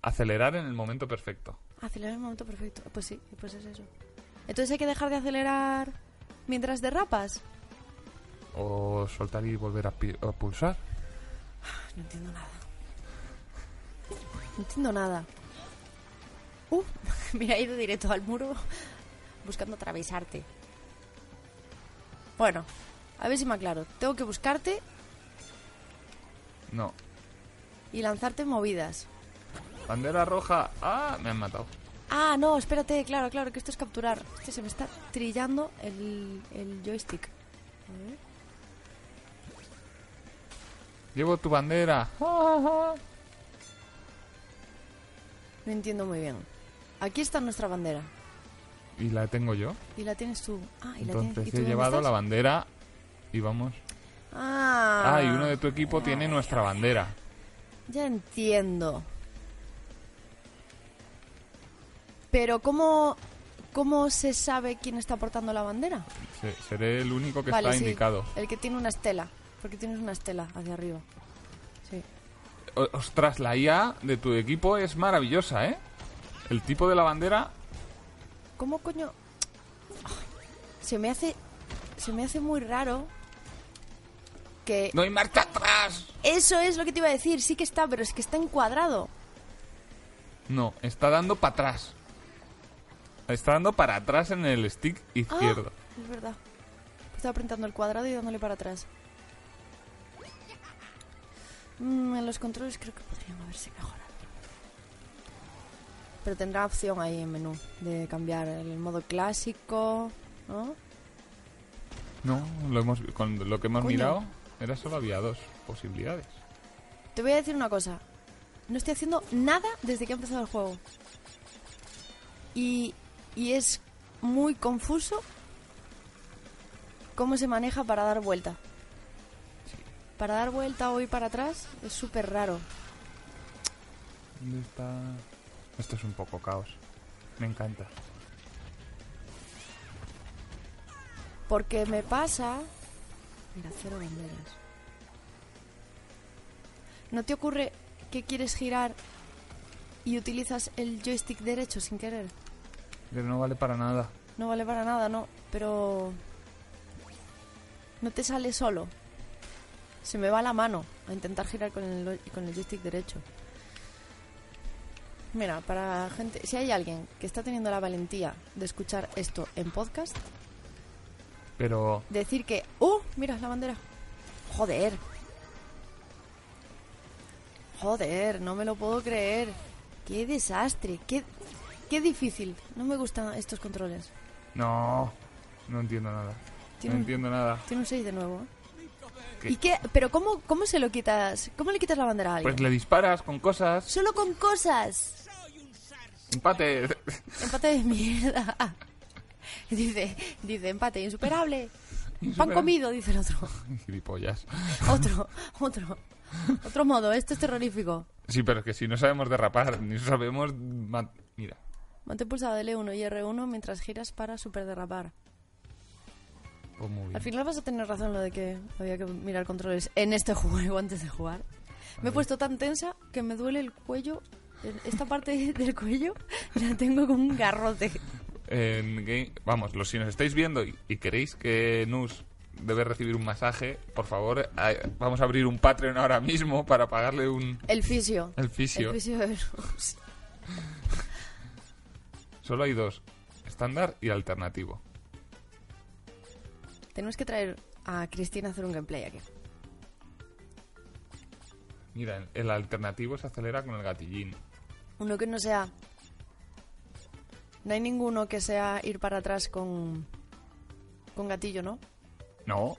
B: acelerar en el momento perfecto.
A: Acelerar en el momento perfecto. Pues sí, pues es eso. Entonces hay que dejar de acelerar mientras derrapas.
B: O soltar y volver a, pi- a pulsar.
A: No entiendo nada. No entiendo nada. Uh, mira, he ido directo al muro buscando atravesarte. Bueno, a ver si me aclaro. Tengo que buscarte
B: No.
A: y lanzarte movidas.
B: Bandera roja. Ah, me han matado.
A: Ah, no, espérate, claro, claro, que esto es capturar. Este se me está trillando el, el joystick. A ver.
B: Llevo tu bandera. Ah, ah,
A: No entiendo muy bien. Aquí está nuestra bandera.
B: ah. Y la tengo yo.
A: Y la tienes tú. Ah, y la tienes. ¿y
B: Entonces
A: tú
B: he
A: dónde
B: llevado la
A: estás?
B: bandera y vamos.
A: Ah,
B: Ah, y uno de tu equipo tiene nuestra bandera.
A: Ya entiendo. Pero ¿cómo, cómo se sabe quién está portando la bandera?
B: Se- seré el único que
A: Vale,
B: está
A: sí,
B: indicado.
A: El que tiene una estela. Porque tienes una estela hacia arriba. Sí.
B: O- Ostras, la IA de tu equipo es maravillosa, ¿eh? El tipo de la bandera,
A: ¿Cómo coño? Ay, se me hace. Se me hace muy raro. Que.
B: no hay marcha atrás.
A: Eso es lo que te iba a decir. Sí que está, pero es que está encuadrado.
B: No, está dando para atrás. Está dando para atrás en el stick
A: Ah,
B: izquierdo.
A: es verdad. Estaba apretando el cuadrado y dándole para atrás. Mm, en los controles creo que podrían haberse mejorado. Pero tendrá opción ahí en menú de cambiar el modo clásico, ¿no?
B: No, lo hemos, con lo que hemos
A: Coño.
B: mirado, era solo había dos posibilidades.
A: Te voy a decir una cosa. No estoy haciendo nada desde que ha empezado el juego. Y, y es muy confuso cómo se maneja para dar vuelta. Para dar vuelta o ir para atrás es súper raro.
B: ¿Dónde está? Esto es un poco caos. Me encanta.
A: Porque me pasa... Mira, cero banderas. ¿No te ocurre que quieres girar y utilizas el joystick derecho sin querer?
B: Pero no vale para nada.
A: No vale para nada, no. Pero... No te sale solo. Se me va la mano a intentar girar con el, con el joystick derecho. Mira, para gente... Si hay alguien que está teniendo la valentía de escuchar esto en podcast,
B: Pero
A: decir que... ¡Uh! Mira la bandera. Joder. Joder, no me lo puedo creer. ¡Qué desastre! ¡Qué, qué difícil! No me gustan estos controles.
B: no, no entiendo nada. No
A: Tiene un-
B: entiendo nada.
A: Tiene un 6 de nuevo. ¿eh?
B: ¿Qué?
A: ¿Y qué? ¿Pero cómo, cómo se lo quitas? ¿Cómo le quitas la bandera a alguien?
B: Pues le disparas con cosas.
A: Solo con cosas.
B: Empate.
A: Empate de mierda. Dice, dice, empate insuperable. Pan
B: Insuperable.
A: comido, dice el otro.
B: Gilipollas.
A: Otro, otro. Otro modo, esto es terrorífico.
B: Sí, pero es que si no sabemos derrapar, ni sabemos... ma- Mira.
A: Mantén pulsado L1 y R1 mientras giras para superderrapar.
B: Pues muy bien.
A: Al final vas a tener razón lo de que había que mirar controles en este juego antes de jugar. Me he puesto tan tensa que me duele el cuello. el- Esta parte del cuello la tengo como un garrote.
B: En game- Vamos, los, si nos estáis viendo y, y queréis que Nus debe recibir un masaje, por favor, a- vamos a abrir un Patreon ahora mismo para pagarle un...
A: El fisio.
B: El fisio.
A: El fisio de Venus.
B: Solo hay dos. Estándar y alternativo.
A: Tenemos que traer a Cristina a hacer un gameplay aquí.
B: Mira, el, el alternativo se acelera con el gatillín.
A: Uno que no sea No hay ninguno que sea ir para atrás con, con gatillo, ¿no?
B: No.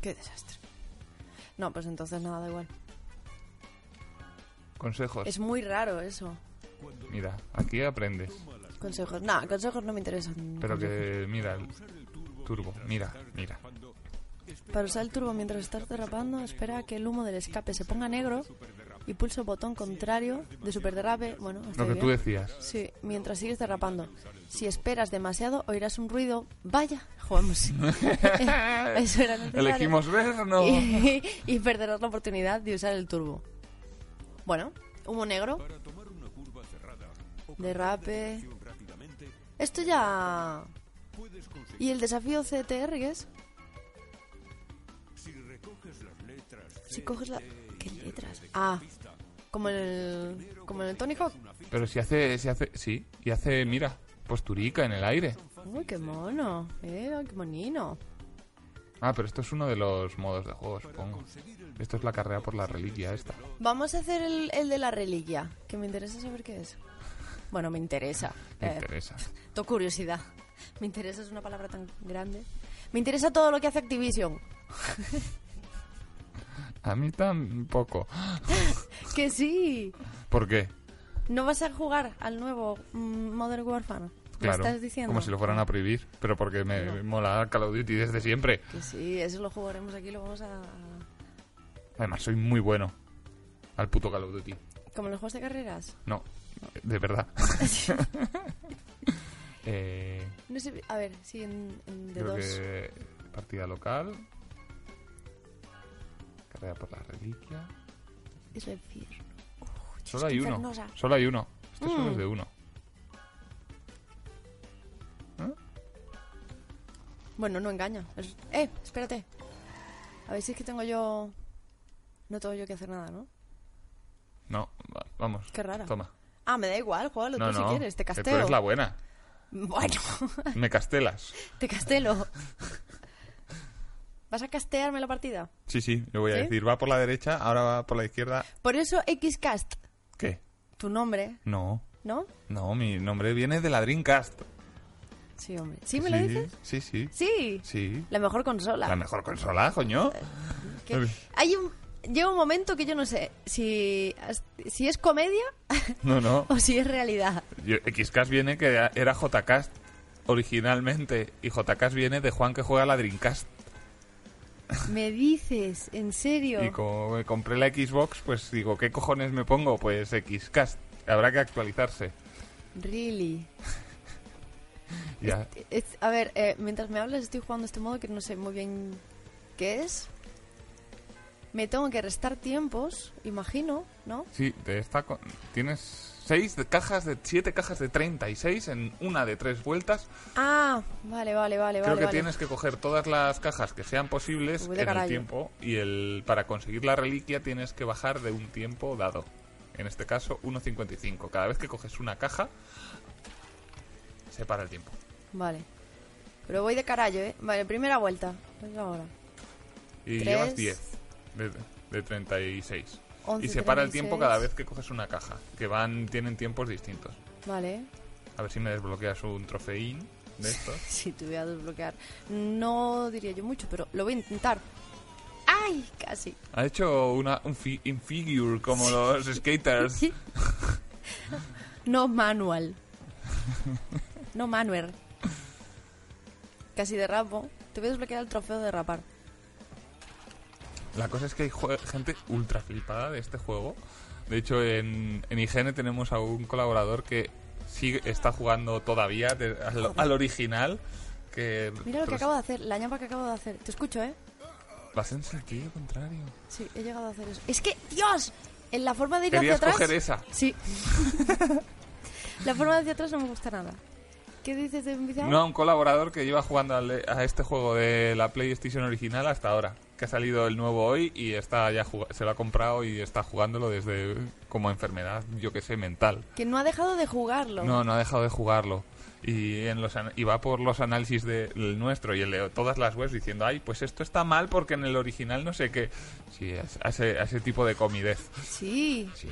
A: Qué desastre. No, pues entonces nada, da igual.
B: Consejos.
A: Es muy raro eso.
B: Mira, aquí aprendes.
A: Consejos. No, consejos no me interesan.
B: Pero
A: consejos.
B: que mira el turbo. Mira, mira.
A: Para usar el turbo mientras estás derrapando, espera a que el humo del escape se ponga negro y pulsa el botón contrario de superderrape. Bueno,
B: Lo
A: estoy
B: que
A: bien.
B: tú decías.
A: Sí, mientras sigues derrapando. Si esperas demasiado, oirás un ruido. Vaya, jugamos. Eso era necesario.
B: Elegimos ver, no.
A: Y, y perderás la oportunidad de usar el turbo. Bueno, humo negro. Derrape. Esto ya. ¿Y el desafío CTR qué es? Si coges las letras. ¿Qué letras? Ah, como en el. Como en el Tony Hawk.
B: Pero si hace, si hace, sí, y hace, mira, posturica en el aire.
A: Uy, qué mono. Eh, qué monino.
B: Ah, pero esto es uno de los modos de juego, supongo. Esto es la carrera por la reliquia esta.
A: Vamos a hacer el, el de la reliquia, que me interesa saber qué es. Bueno, me interesa.
B: Me
A: Eh,
B: interesa.
A: to curiosidad. Me interesa es una palabra tan grande. Me interesa todo lo que hace Activision.
B: A mí tampoco.
A: Que sí.
B: ¿Por qué?
A: No vas a jugar al nuevo mm, Modern Warfare. ¿Me
B: Claro.
A: estás diciendo?
B: Como si lo fueran a prohibir. Pero porque me, me mola Call of Duty desde siempre.
A: Que sí, eso lo jugaremos aquí, lo vamos a... a-
B: Además, soy muy bueno al puto Call of Duty.
A: Como en los juegos de carreras.
B: No, de verdad. eh,
A: No sé, a ver, sí, en, en de
B: creo
A: dos.
B: que partida local. Carrera por la reliquia.
A: Y refiero.
B: Solo hay uno.
A: infernosa.
B: Solo hay uno. Esto solo es
A: Mm.
B: de uno.
A: Bueno, no engaña. Es- Eh, espérate. A ver si es que tengo yo... No tengo yo que hacer nada, ¿no?
B: No, va- vamos.
A: Qué rara.
B: Toma.
A: Ah, me da igual, juégalo
B: no,
A: tú
B: no.
A: si quieres, te
B: que
A: castelo.
B: Tú eres la buena.
A: Bueno,
B: Me castelas.
A: te castelo. ¿Vas a castearme la partida?
B: Sí, sí, yo voy a
A: ¿Sí?
B: decir. Va por la derecha, ahora va por la izquierda.
A: Por eso Xcast,
B: ¿Qué?
A: tu nombre,
B: No.
A: ¿no?
B: No, mi nombre viene de la Dreamcast.
A: Sí, hombre. ¿Sí me lo
B: Sí,
A: dices?
B: Sí, sí.
A: Sí.
B: Sí.
A: La Eh, mejor consola.
B: La mejor consola, coño.
A: Que- Hay un... Llega un momento que yo no sé si, si es comedia
B: No, no.
A: o si es realidad.
B: Yo- Xcast viene que era- era JCast originalmente. Y JCast viene de Juan que juega a la Dreamcast.
A: Me dices, en serio.
B: Y como me compré la Xbox, pues digo, ¿qué cojones me pongo? Pues Xcast. Habrá que actualizarse.
A: Really.
B: Ya.
A: Es- a ver, eh, mientras me hablas estoy jugando este modo que no sé muy bien qué es. Me tengo que restar tiempos, imagino, ¿no?
B: Sí, de esta co- tienes seis de cajas de siete cajas de 36 en una de tres vueltas.
A: Ah, vale, vale, vale,
B: Creo
A: vale.
B: que
A: vale.
B: tienes que coger todas las cajas que sean posibles
A: Uy, de
B: en el
A: carallo.
B: tiempo y el para conseguir la reliquia tienes que bajar de un tiempo dado. En este caso 1.55. Cada vez que coges una caja se para el tiempo.
A: Vale. Pero voy de carallo, ¿eh? Vale, primera vuelta. Venga ahora.
B: Y
A: Tres.
B: llevas 10 de, de 36.
A: Once,
B: y se para el
A: 36.
B: tiempo cada vez que coges una caja, que van tienen tiempos distintos.
A: Vale. ¿eh?
B: A ver si me desbloqueas un trofeín de estos.
A: Si te voy a desbloquear. No diría yo mucho, pero lo voy a intentar. ¡Ay! Casi.
B: Ha hecho una, un fi- un figure como los skaters.
A: No manual. No manual. Casi derrapo. Te voy a desbloquear el trofeo de rapar.
B: La cosa es que hay jue- gente ultra flipada de este juego. De hecho, en, en IGN tenemos a un colaborador que sigue, está jugando todavía de- al, al original. Que pues,
A: Mira lo que
B: tros-
A: acabo de hacer, la ñapa que acabo de hacer. Te escucho, ¿eh?
B: Vas en sentido contrario.
A: Sí, he llegado a hacer eso. Es que, Dios, en la forma de ir hacia
B: Querías
A: atrás.
B: coger esa.
A: Sí. la forma de hacia atrás no me gusta nada. ¿Qué dices de envidiar?
B: No, un colaborador que lleva jugando al- a este juego de la PlayStation original hasta ahora. Que ha salido el nuevo hoy y está ya jug- se lo ha comprado y está jugándolo desde como enfermedad, yo que sé, mental.
A: Que no ha dejado de jugarlo.
B: No, no ha dejado de jugarlo. Y, en los, ana- y va por los análisis del nuestro y el de todas las webs diciendo, ay, pues esto está mal porque en el original no sé qué. Sí, a, a ese, a ese tipo de comidez.
A: Sí.
B: Sí.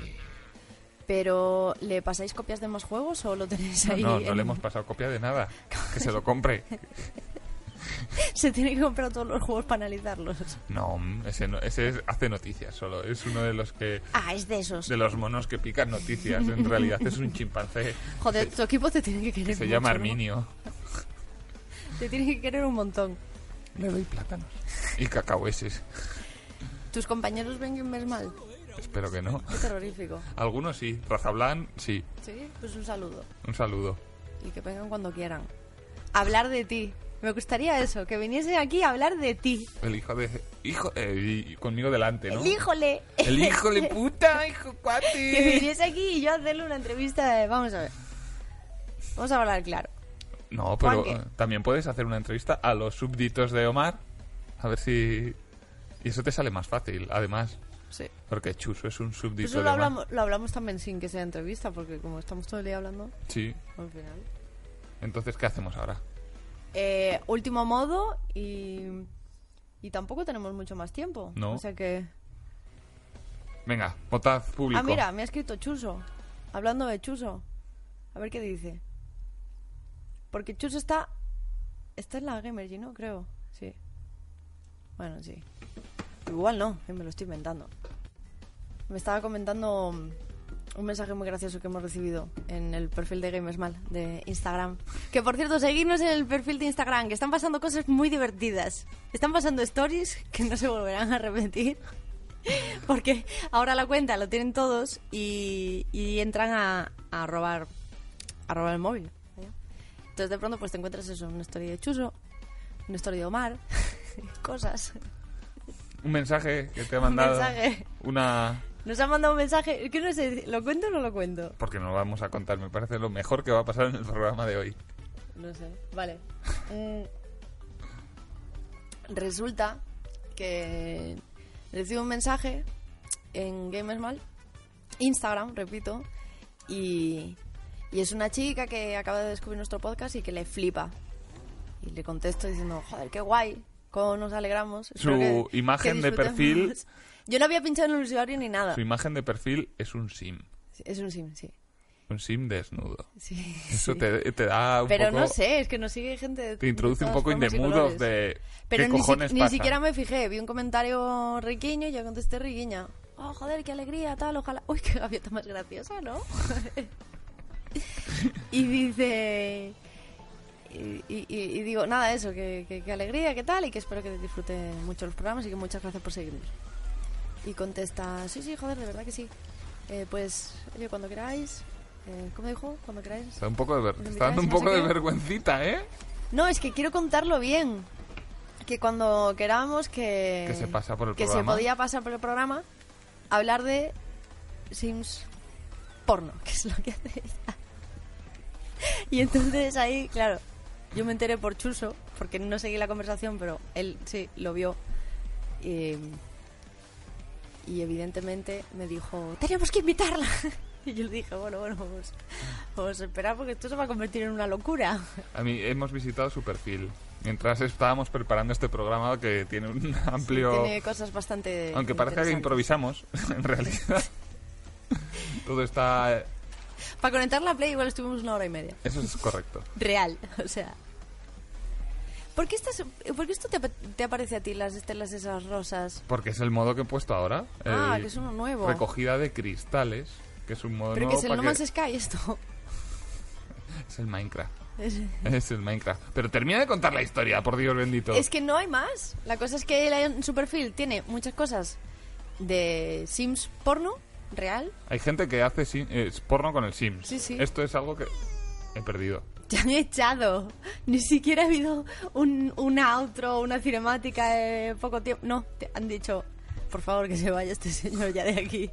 A: Pero, ¿le pasáis copias de más juegos o lo tenéis ahí?
B: No, no
A: en-
B: le hemos pasado copia de nada. Que se lo compre.
A: Se tiene que comprar todos los juegos para analizarlos.
B: No, ese, no- ese es- hace noticias solo. Es uno de los que
A: Ah, es de esos.
B: de los monos que pican noticias. En realidad es un chimpancé.
A: Joder, tu equipo te tiene que querer
B: Se
A: mucho,
B: llama
A: ¿no?
B: Arminio.
A: Te tiene que querer un montón.
B: Le doy plátanos. Y cacahueses.
A: ¿Tus compañeros ven que me es mal?
B: Espero que no.
A: Qué terrorífico.
B: Algunos sí. Razablan, sí.
A: Sí, pues un saludo.
B: Un saludo.
A: Y que vengan cuando quieran. Hablar de ti. Me gustaría eso, que viniesen aquí a hablar de ti.
B: El hijo de... Hijo... eh, y- y conmigo delante, ¿no?
A: Elíjole.
B: El hijo de puta, hijo
A: que
B: cuate.
A: viniese aquí y yo hacerle una entrevista de... Vamos a ver. Vamos a hablar claro.
B: No, pero
A: Juanque.
B: eh, también puedes hacer una entrevista a los súbditos de Omar. A ver si... Y eso te sale más fácil, además.
A: Sí.
B: Porque Chuso es un súbdito
A: Pues Eso
B: de
A: lo
B: Omar.
A: hablamos, lo hablamos también sin que sea entrevista, porque como estamos todo el día hablando,
B: Sí.
A: al final...
B: Entonces, ¿qué hacemos ahora?
A: Eh, último modo y... Y tampoco tenemos mucho más tiempo.
B: No.
A: O sea que...
B: Venga, votad público.
A: Ah, mira, me ha escrito Chuso. Hablando de Chuso. A ver qué dice. Porque Chuso está. Está en la Gamergy, ¿no? Creo. Sí. Bueno, sí. Igual no, que me lo estoy inventando. Me estaba comentando mm, un mensaje muy gracioso que hemos recibido en el perfil de Gamersmal de Instagram. Que por cierto, seguidnos en el perfil de Instagram, que están pasando cosas muy divertidas. Están pasando stories que no se volverán a repetir. Porque ahora la cuenta lo tienen todos y, y entran a, a robar a robar el móvil. ¿eh? Entonces de pronto pues te encuentras eso, una historia de Chuso, una historia de Omar, cosas.
B: Un mensaje que te ha
A: Un
B: mandado.
A: mensaje.
B: Una...
A: Nos ha mandado un mensaje, que no sé, ¿lo cuento o no lo cuento?
B: Porque no lo vamos a contar, me parece lo mejor que va a pasar en el programa de hoy.
A: No sé, vale. Mm. Resulta que recibo un mensaje en Gamersmal, Instagram, repito, y, y es una chica que acaba de descubrir nuestro podcast y que le flipa. Y le contesto diciendo, joder, qué guay, cómo nos alegramos. Espero
B: Su imagen de
A: disfrutemos".
B: perfil-
A: Yo no había pinchado en el usuario ni nada.
B: Su imagen de perfil es un sim.
A: Es un sim, sí.
B: Un sim desnudo.
A: sí
B: Eso
A: sí.
B: te, te da un
A: Pero
B: poco...
A: no sé, es que nos sigue gente de
B: Te introduce
A: de
B: un
A: todas
B: poco
A: formas y
B: indemudos
A: colores.
B: de...
A: Pero
B: ¿Qué
A: ni, si-
B: cojones
A: ni
B: pasa?
A: siquiera me fijé, vi un comentario riquiño y yo contesté riquiña. Oh, joder, qué alegría, tal, ojalá. Uy, qué gaviota más graciosa, ¿no? y dice. Y, y- y- y digo, nada, eso, que, que- que alegría, qué tal, y que espero que disfrute mucho los programas y que muchas gracias por seguirnos. Y contesta, sí, sí, joder, de verdad que sí. Eh, pues, oye, cuando queráis. eh, ¿Cómo dijo? Cuando queráis.
B: Está, un poco de ver-
A: Nos
B: está dando
A: invitáis,
B: un
A: no sé
B: poco de
A: qué.
B: vergüencita, ¿eh?
A: No, es que quiero contarlo bien. Que cuando queramos que...
B: Que se pasa por el
A: que
B: programa.
A: se podía pasar por el programa, hablar de Sims porno, que es lo que hace ella. Y entonces ahí, claro, yo me enteré por Chuso, porque no seguí la conversación, pero él sí lo vio. Y, y evidentemente me dijo, tenemos que invitarla. Y yo le dije, bueno, bueno, vamos, vamos a esperar porque esto se va a convertir en una locura.
B: A mí hemos visitado su perfil. Mientras estábamos preparando este programa que tiene un amplio...
A: Tiene cosas bastante.
B: Aunque parezca que
A: interesantes.
B: improvisamos, en realidad. Todo está...
A: Para conectar la Play igual estuvimos una hora y media.
B: Eso es correcto.
A: Real, o sea. ¿Por qué, estas, por qué esto te, ap- te aparece a ti, las estelas esas rosas?
B: Porque es el modo que he puesto ahora.
A: Ah,
B: el
A: que es uno nuevo.
B: Recogida de cristales, que es un modo
A: Pero que
B: nuevo
A: es el
B: pa'
A: No
B: que-
A: Man's Sky esto.
B: es el Minecraft.
A: Es,
B: Es el Minecraft. Pero termina de contar la historia, por Dios bendito.
A: es que no hay más. La cosa es que él en su perfil tiene muchas cosas de Sims porno, real.
B: Hay gente que hace sim- eh, porno con el Sims.
A: Sí, sí.
B: Esto es algo que he perdido.
A: Te han echado. Ni siquiera ha habido un, una outro, una cinemática de poco tiempo. No, te han dicho, por favor, que se vaya este señor ya de aquí.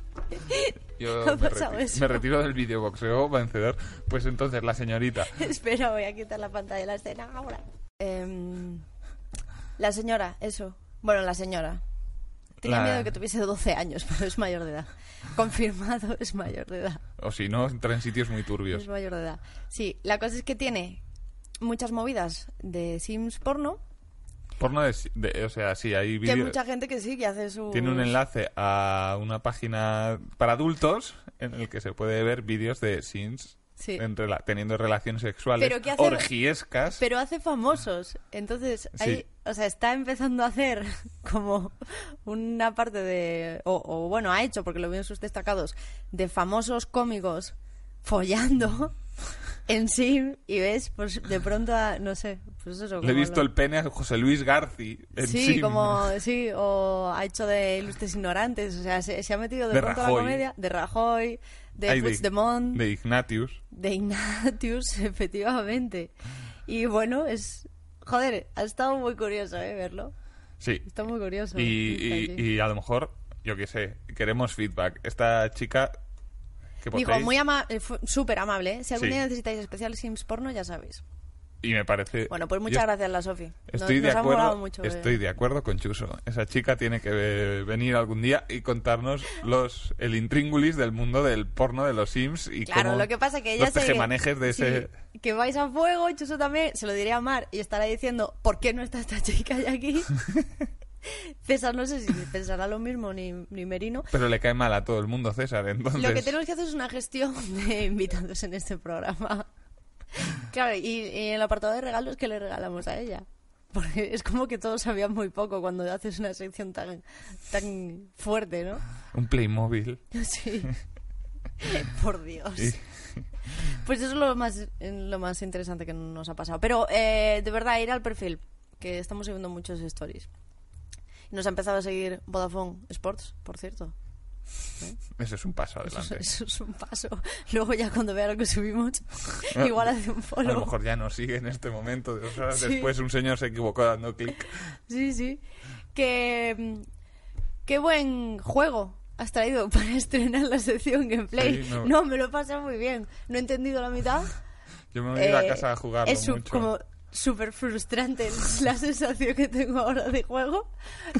B: Yo
A: Ha
B: me,
A: pasado
B: reti-
A: eso.
B: me retiro del videoboxeo vencedor. Pues entonces la señorita.
A: Espera, voy a quitar la pantalla de la escena ahora. Em, la señora, eso. Bueno, la señora. Tenía
B: La-
A: miedo que tuviese 12 años, pero es mayor de edad. Confirmado, es mayor de edad.
B: O si no, entra en sitios muy turbios.
A: Es mayor de edad. Sí, la cosa es que tiene muchas movidas de Sims porno.
B: porno de, de- o sea, sí, hay
A: Que hay
B: vídeos.
A: mucha gente que sí, que hace su...
B: Tiene un enlace a una página para adultos en el que se puede ver vídeos de sins
A: Sí.
B: en rela- teniendo relaciones sexuales
A: Pero ¿qué hace-
B: orgiescas.
A: Pero hace famosos. Entonces,
B: Sí.
A: hay- o sea, está empezando a hacer como una parte de. O, o, bueno, ha hecho, porque lo vi en sus destacados, de famosos cómicos follando en sim y ves, pues de pronto, a- no sé, pues eso.
B: Le he
A: como
B: visto
A: lo-
B: el pene a José Luis Garci en
A: Sí,
B: Sim.
A: como, sí, o ha hecho de ilustres ignorantes, o sea, se, se ha metido de,
B: De
A: pronto a
B: Rajoy.
A: la comedia, de Rajoy, de
B: Ay,
A: Puigdemont,
B: de Ignatius.
A: de Ignatius, efectivamente. Y bueno, es. Joder, ha estado muy curioso, ¿eh? Verlo.
B: Sí.
A: Está muy curioso.
B: Y, y- y a lo mejor, yo qué sé, queremos feedback. Esta chica que
A: Dijo,
B: votéis,
A: muy ama eh, fu- súper amable. ¿eh? Si algún
B: Sí.
A: día necesitáis especial Sims porno, ya sabéis.
B: y me parece...
A: Bueno, pues
B: Eh, yo
A: muchas gracias, la Sofi. Nos-
B: Estoy
A: nos,
B: de
A: ha molado
B: acuerdo.
A: mucho. eh.
B: estoy de acuerdo con Chuso. Esa chica tiene que eh, venir algún día y contarnos los el intríngulis del mundo del porno de los Sims y
A: Claro,
B: cómo
A: lo que pasa que ella
B: los
A: se...
B: tejemanejes de
A: sí,
B: ese
A: que vais a fuego, Chuso también, se lo diré a Mar y estará diciendo, ¿por qué no está esta chica ya aquí? César no sé si pensará lo mismo, ni, ni Merino.
B: pero le cae mal a todo el mundo César, entonces
A: Lo que tenemos que hacer es una gestión de invitados en este programa. Claro, y, y el apartado de regalos que le regalamos a ella. Porque es como que todos sabían muy poco cuando haces una sección tan, tan fuerte, ¿no?
B: un Playmobil.
A: Sí. Por Dios.
B: Y-
A: Pues eso es lo más, eh, lo más interesante que nos ha pasado. Pero eh, de verdad, ir al perfil, que estamos subiendo muchos stories. Nos ha empezado a seguir Vodafone Sports, por cierto.
B: Ese es un paso
A: Eso es,
B: adelante.
A: eso es un paso. Luego ya cuando vea lo que subimos, igual hace un
B: Ah, A
A: follow.
B: lo mejor ya no sigue en este momento. Dos horas
A: Sí.
B: después un señor se equivocó dando clic.
A: Sí, sí. Que, mm, qué buen juego has traído para estrenar la sección gameplay.
B: Sí, no-
A: No, me lo pasa muy bien. No he entendido la mitad.
B: Yo me voy a ir a
A: Eh,
B: casa a jugarlo
A: Es su-
B: mucho.
A: como súper frustrante la sensación que tengo ahora de juego,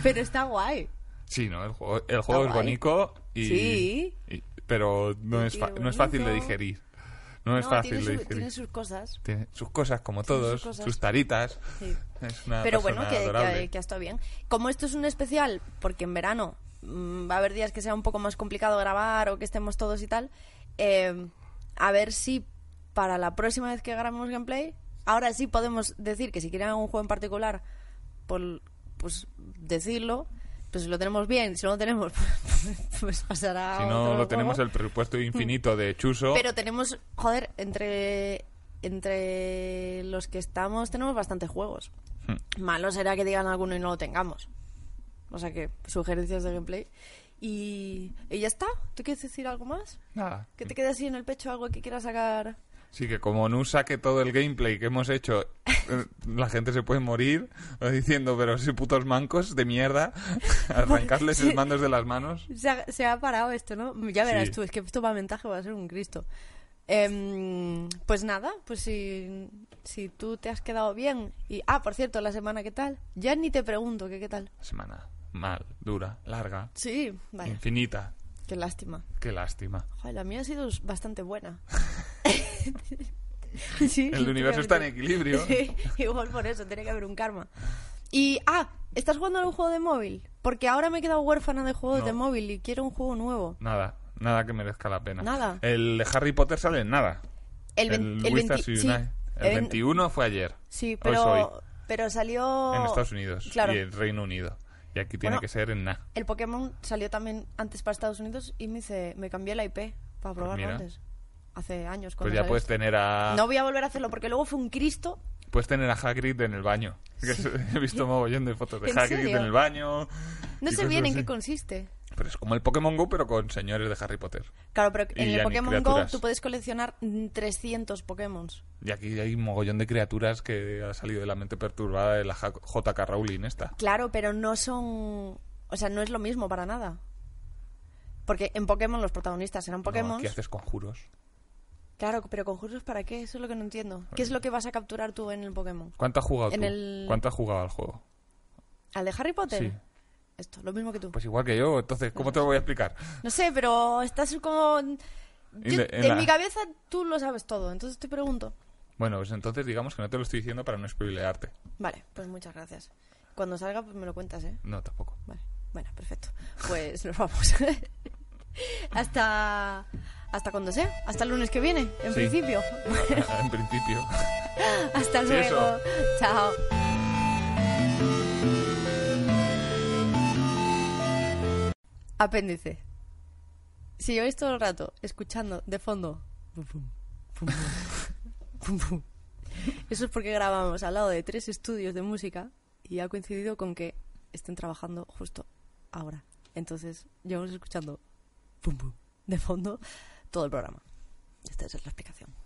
A: pero está guay.
B: Sí, no, el juego, el juego es
A: guay.
B: bonito y,
A: Sí.
B: y- pero no es, fa- no es fácil de
A: bonito.
B: digerir. No es
A: No,
B: fácil
A: tiene,
B: de
A: su-
B: digerir.
A: tiene sus cosas.
B: Tiene sus cosas como
A: Tiene sus
B: todos, sus,
A: cosas.
B: taritas.
A: Sí.
B: Es una
A: Pero
B: persona
A: bueno, que,
B: adorable.
A: que, que ha estado bien. Como esto es un especial, porque en verano mm, va a haber días que sea un poco más complicado grabar o que estemos todos y tal, eh, a ver si para la próxima vez que grabemos gameplay, ahora sí podemos decir que si quieren un juego en particular, por- pues decirlo. Pues si lo tenemos bien, si no lo tenemos, pues pasará.
B: si
A: a
B: no
A: otro
B: lo
A: juego.
B: tenemos el presupuesto infinito de Chuso,
A: Pero tenemos, joder, entre entre los que estamos tenemos bastantes juegos.
B: Hmm.
A: Malo será que digan alguno y no lo tengamos. O sea que sugerencias de gameplay. Y, y ya está. ¿Tú quieres decir algo más?
B: nada.
A: ¿Que te quede así en el pecho algo que quieras sacar?
B: Sí, que como no saque todo el gameplay que hemos hecho, eh, la gente se puede morir eh, diciendo, pero si putos mancos de mierda, arrancarles los mandos de las manos.
A: Se ha, se ha parado esto, ¿no? Ya verás
B: Sí.
A: tú, es que esto para mentaje va a ser un Cristo. Em, pues nada, pues si, si tú te has quedado bien. y Ah, por cierto, la semana, ¿qué tal? Ya ni te pregunto que qué tal.
B: Semana mal, dura, larga,
A: Sí, vale.
B: infinita.
A: Qué lástima.
B: Qué lástima.
A: Joder, la mía ha sido bastante buena. Sí,
B: El universo está en
A: efectivamente.
B: equilibrio.
A: Sí, igual por eso, tiene que haber un karma. Y, ah, ¿estás jugando a un juego de móvil? Porque ahora me he quedado huérfana de juegos
B: No.
A: de móvil y quiero un juego nuevo.
B: Nada, nada que merezca la pena.
A: Nada.
B: El de Harry Potter sale en nada.
A: El, vein- el
B: Wizards
A: 20 sí,
B: Unite.
A: el
B: El
A: vein-
B: 21 fue ayer.
A: Sí,
B: Hoy es hoy.
A: pero, pero salió...
B: en Estados Unidos
A: Claro.
B: y el Reino Unido. Y aquí tiene
A: Bueno.
B: que ser en na.
A: El Pokémon salió también antes para Estados Unidos y me hice, me cambié la IP para probarlo
B: Pues mira.
A: antes. Hace años.
B: Pues
A: cuando
B: ya
A: salió
B: puedes
A: esto.
B: tener a
A: No voy a volver a hacerlo porque luego fue un Cristo
B: puedes tener a Hagrid en el baño. Que He visto mogollón de fotos de
A: ¿En
B: Hagrid
A: serio?
B: en el baño.
A: No
B: y
A: sé bien
B: cosas
A: en qué
B: así.
A: consiste.
B: Pero es como el Pokémon Go pero con señores de Harry Potter.
A: Claro, pero
B: Y
A: en el
B: ani-
A: Pokémon Go
B: criaturas.
A: tú puedes coleccionar mm, 300 Pokémon.
B: Y aquí hay un mogollón de criaturas que ha salido de la mente perturbada de la Ja- JK Rowling esta.
A: Claro, pero no son... O sea, no es lo mismo para nada. Porque en Pokémon los protagonistas eran
B: No,
A: Pokémon.
B: aquí haces conjuros.
A: Claro, pero conjuros para qué? Eso es lo que no entiendo. ¿Qué es lo que vas a capturar tú en el Pokémon?
B: ¿Cuánto has jugado
A: En
B: tú?
A: el-
B: ¿Cuánto has jugado al juego?
A: ¿Al de Harry Potter?
B: Sí.
A: Esto, lo mismo que tú.
B: Pues igual que yo, entonces, ¿cómo te lo voy a explicar?
A: No sé, pero estás como... Yo-
B: de- en
A: en
B: la-
A: mi cabeza tú lo sabes todo, entonces te pregunto.
B: Bueno, pues entonces digamos que no te lo estoy diciendo para no spoilearte.
A: Vale, pues muchas gracias. Cuando salga, pues me lo cuentas, ¿eh?
B: No, tampoco.
A: Vale. Bueno, perfecto. Pues nos vamos. hasta. Hasta cuando sea. Hasta el lunes que viene, en
B: Sí.
A: principio.
B: en principio.
A: hasta
B: Sí, eso.
A: luego. Chao. Apéndice. Si lleváis todo el rato escuchando de fondo. pum, pum, pum, pum, pum, pum, Eso es porque grabamos al lado de tres estudios de música y ha coincidido con que estén trabajando justo ahora. Entonces, llevamos escuchando pum, pum, de fondo todo el programa. Esta es la explicación.